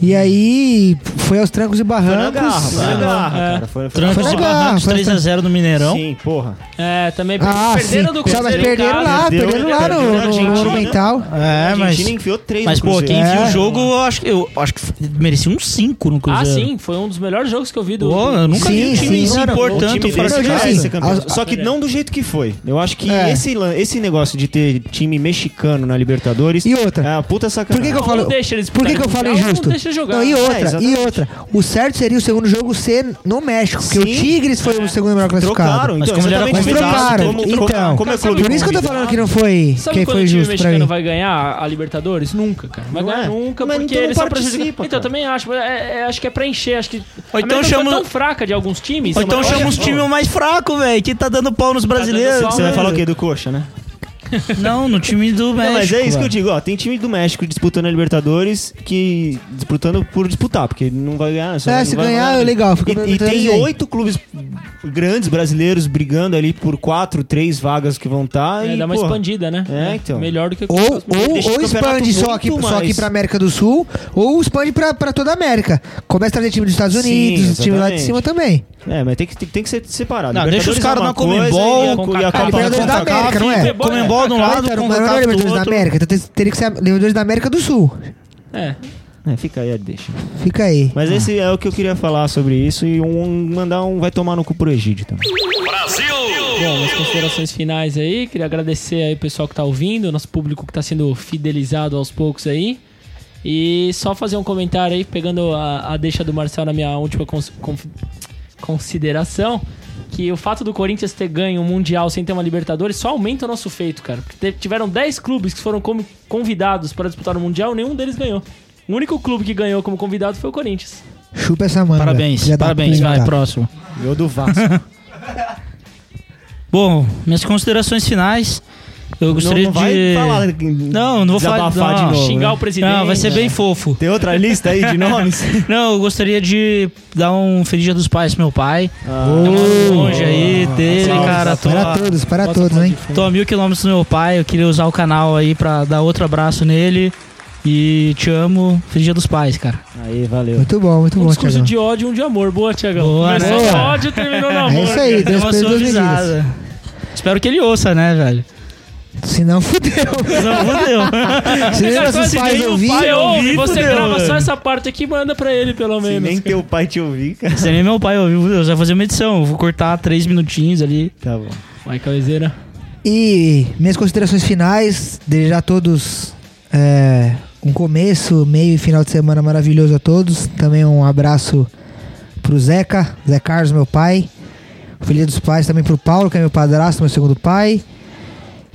E aí foi aos trancos e
Foi na garra,
barrancos.
foi na
Ah,
garra,
é.
cara. Foi, foi na
Trancos
Foi
e
garra.
legal,
Barrancos,
foi
3x0 no Mineirão.
Sim, porra.
É, também
Ah, sim.
perderam do
Tá, mas
Cruzeiro. em
perderam
casa. né?
lá,
Perdeu,
perderam lá
perdeu
no,
na
no
Argentina.
Monumental.
É,
a
mas...
Argentina enfiou três
Mas,
no
pô,
Cruzeiro.
quem viu
É.
o jogo, eu acho que, eu acho que f- merecia um 5 no
Ah,
Cruzeiro.
sim, foi um dos melhores jogos que eu vi do.
Pô, eu nunca vi um
É, Sim,
time
sim.
se
Cara,
impor
O
tanto
time
fora
desse
de
vai
eu digo
casa.
assim,
ser campeão.
as-
Só que não do jeito que foi. Eu acho que
É.
esse, lan- esse negócio de ter time mexicano na Libertadores
E outra?
é uma puta
Por
sacanagem.
que, que eu
Não,
falo?
não deixa eles
por que, que eu
disputarem
falo
o Mundial,
injusto?
não deixa jogar.
Não, e
É,
outra, e
exatamente.
outra. O certo seria o segundo jogo ser no México, porque o
Sim.
Tigres foi
É.
o segundo melhor classificado.
Trocaram,
Mas
então,
como ele era
exatamente
convidado,
isso.
trocaram.
Como-
Então,
como- como é
sabe
clube
por
Por isso que eu tô
convidado?
falando que não foi,
Sabe
que
quando
foi
o time
justo pra mim.
mexicano vai ganhar a Libertadores? Nunca, cara. Vai
Não
ganhar
é.
nunca,
Mas
porque
então não
ele só
participa,
prejudica. Então,
cara.
eu também acho. mas é- é- acho que é pra encher. Acho que.
Ou então
a América foi
chama-
tão fraca de alguns times. é
Ou então
mas-
chama os
Olha,
times mais fracos, velho, que tá dando pau nos brasileiros.
dando pau,
Você vai
né?
falar o quê? Do coxa, né?
Não, no time do México.
Não, mas é isso que eu
velho.
digo, ó. Tem time do México disputando a Libertadores que. disputando por disputar, porque não vai ganhar. Só
É,
não
se
vai
ganhar, é legal, fica
E, e
Libertadores
tem
aí.
oito clubes grandes brasileiros brigando ali por quatro, três vagas que vão estar.
É,
e,
dá uma
pô,
expandida, né?
É, então.
Melhor do que.
Ou, ou,
Deixa
ou
o campeonato
expande só aqui,
muito
só aqui
mais.
pra América do Sul, ou expande pra, pra toda a América. Começa a trazer time dos Estados
Sim,
Unidos, time lá de
exatamente.
cima também.
É, mas tem que, tem, tem que ser separado.
Não, deixa os
Libertadores
caras
é
na
uma coisa
Comembol,
e a-
com
e a
Kaká.
Copa tá
Libertadores da
Concacaf.
América, não é?
Comembol de um lado,
Então, não, não é
tá
Concacaf do
Libertadores da
outro.
América, então te- teria que ser a Libertadores da América do Sul.
É.
É, fica aí, deixa.
Fica aí.
Mas esse é o que eu queria falar sobre isso e um, mandar um vai tomar no cu pro Egídio também.
Bom, as considerações finais aí, queria agradecer aí o pessoal que tá ouvindo, o nosso público que tá sendo fidelizado aos poucos aí. E só fazer um comentário aí, pegando a, a deixa do Marcel na minha última cons- conf- consideração, que o fato do Corinthians ter ganho um Mundial sem ter uma Libertadores só aumenta o nosso feito, cara. Porque te- tiveram 10 clubes que foram como convidados para disputar o Mundial, nenhum deles ganhou. O único clube que ganhou como convidado foi o Corinthians.
Chupa essa manga.
Parabéns,
filha da
parabéns,
puta.
vai, próximo.
Eu do Vasco.
Bom, minhas considerações finais. Eu gostaria
não, não vai
de.
falar,
Não, não vou falar-
desabafar de
não,
novo.
Xingar
né?
o presidente.
Não, vai ser bem fofo.
Tem outra lista aí de nomes?
Não, eu gostaria de dar um feliz dia dos pais pro meu pai.
Ah,
Tá morando longe aí dele,
Salve,
cara. Tô,
Para
a-
todos, para
Bota
todos,
pra
hein?
tô a mil quilômetros do meu pai. Eu queria usar o canal aí pra dar outro abraço nele. E te amo. Feliz dia dos pais, cara.
aí, valeu.
Muito bom, muito
Um
bom,
discurso
Tiagão.
de ódio e um de amor. Boa, Tiagão.
Boa, né,
Começou no
cara?
ódio, terminou no amor.
É isso aí,
Deu
Deus
uma
perdoa as medidas.
suavizada. Espero que ele ouça, né, velho?
Se não, fudeu.
Não, fudeu.
Se nem
Cara,
nossos
quase
pais
nem o
ouvirem,
pai ouve,
ouvi,
você
fudeu,
grava só
mano.
essa parte aqui e manda pra ele, pelo
Se
menos.
nem teu pai te ouvir, cara.
Se nem é meu pai ouviu, fudeu. Você vai fazer uma edição. Eu vou cortar três minutinhos ali.
Tá bom.
Vai, Camiseira.
E minhas considerações finais, desejar a todos é, um um começo, meio e final de semana maravilhoso a todos. Também um abraço pro Zeca, Zé Carlos, meu pai. Feliz dos pais também pro Paulo, que é meu padrasto, meu segundo pai.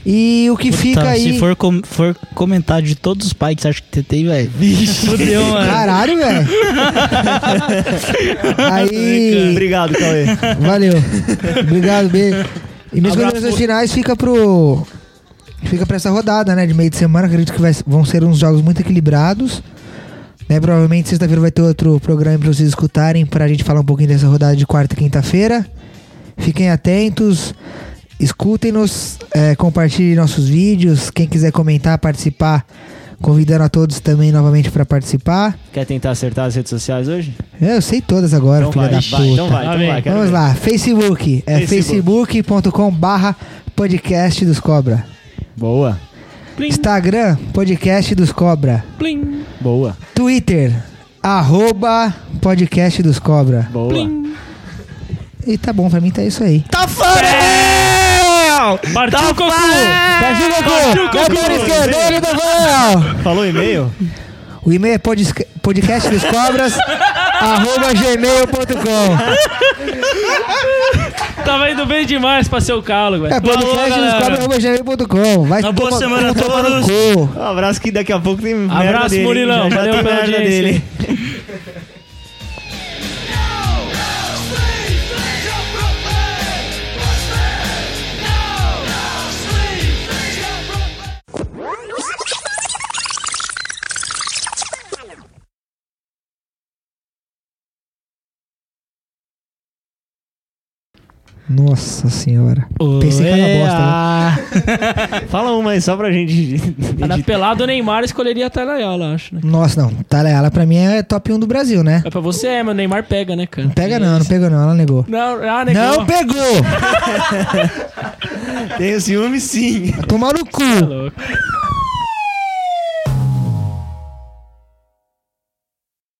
E o que
Puta,
fica aí.
Se for, com- for comentar de todos os pais que você acha que você tem, velho. Vixe, fodeu, mano.
Caralho, velho. aí.
Obrigado, Cauê.
Valeu. Obrigado, beijo. E minhas
Abraço
considerações finais fica pro. Fica pra essa rodada, né? De meio de semana. Acredito que vai- vão ser uns jogos muito equilibrados. Né, provavelmente sexta-feira vai ter outro programa pra vocês escutarem, pra gente falar um pouquinho dessa rodada de quarta e quinta-feira. Fiquem atentos, escutem-nos, é, compartilhem nossos vídeos. Quem quiser comentar, participar, convidando a todos também novamente pra participar.
Quer tentar acertar as redes sociais hoje?
Eu sei todas agora, filha
vai,
da
vai,
puta.
então vai,
Amém.
então vai. quero
Vamos
ver.
lá, Facebook. É facebook.com barra podcast dos cobra.
Boa,
Plim,
Instagram, podcast dos cobra.
plim,
boa,
Twitter, arroba podcast dos cobra.
boa.
plim.
E tá bom, pra mim tá isso aí.
Tá fora!
Partiu o Goku!
Partiu, Goku!
Tá
Partiu,
Vai
Goku!
para a esquerda, olha o Dorival!
Falou e-mail?
O e-mail é podesc- podcast dos cobras arroba gmail.com
Tava indo bem demais pra ser o calo, velho.
É podcast dos cobras arroba gmail.com Vai
Uma boa
tomar-
semana a
tomar no
todos.
cu.
Um abraço que daqui a pouco tem merda
Abraço,
dele, hein? Já,
Murilão.
já
Valeu
tem
pela
merda
audiência,
dele.
hein?
hein?
Nossa senhora. Pensei que era uma bosta, né?
bosta.
Fala uma aí só pra gente.
Cada pelado o Neymar escolheria a Talaiola, acho, né?
Nossa, não. Talayala pra mim é top 1 do Brasil, né?
É pra você, é, mas o Neymar pega, né, cara?
Não pega não, não pegou não, ela negou.
Não, ah, né,
Não
que-
pegou!
Tenho ciúme sim.
Tomar no
Tá
cu!
louco.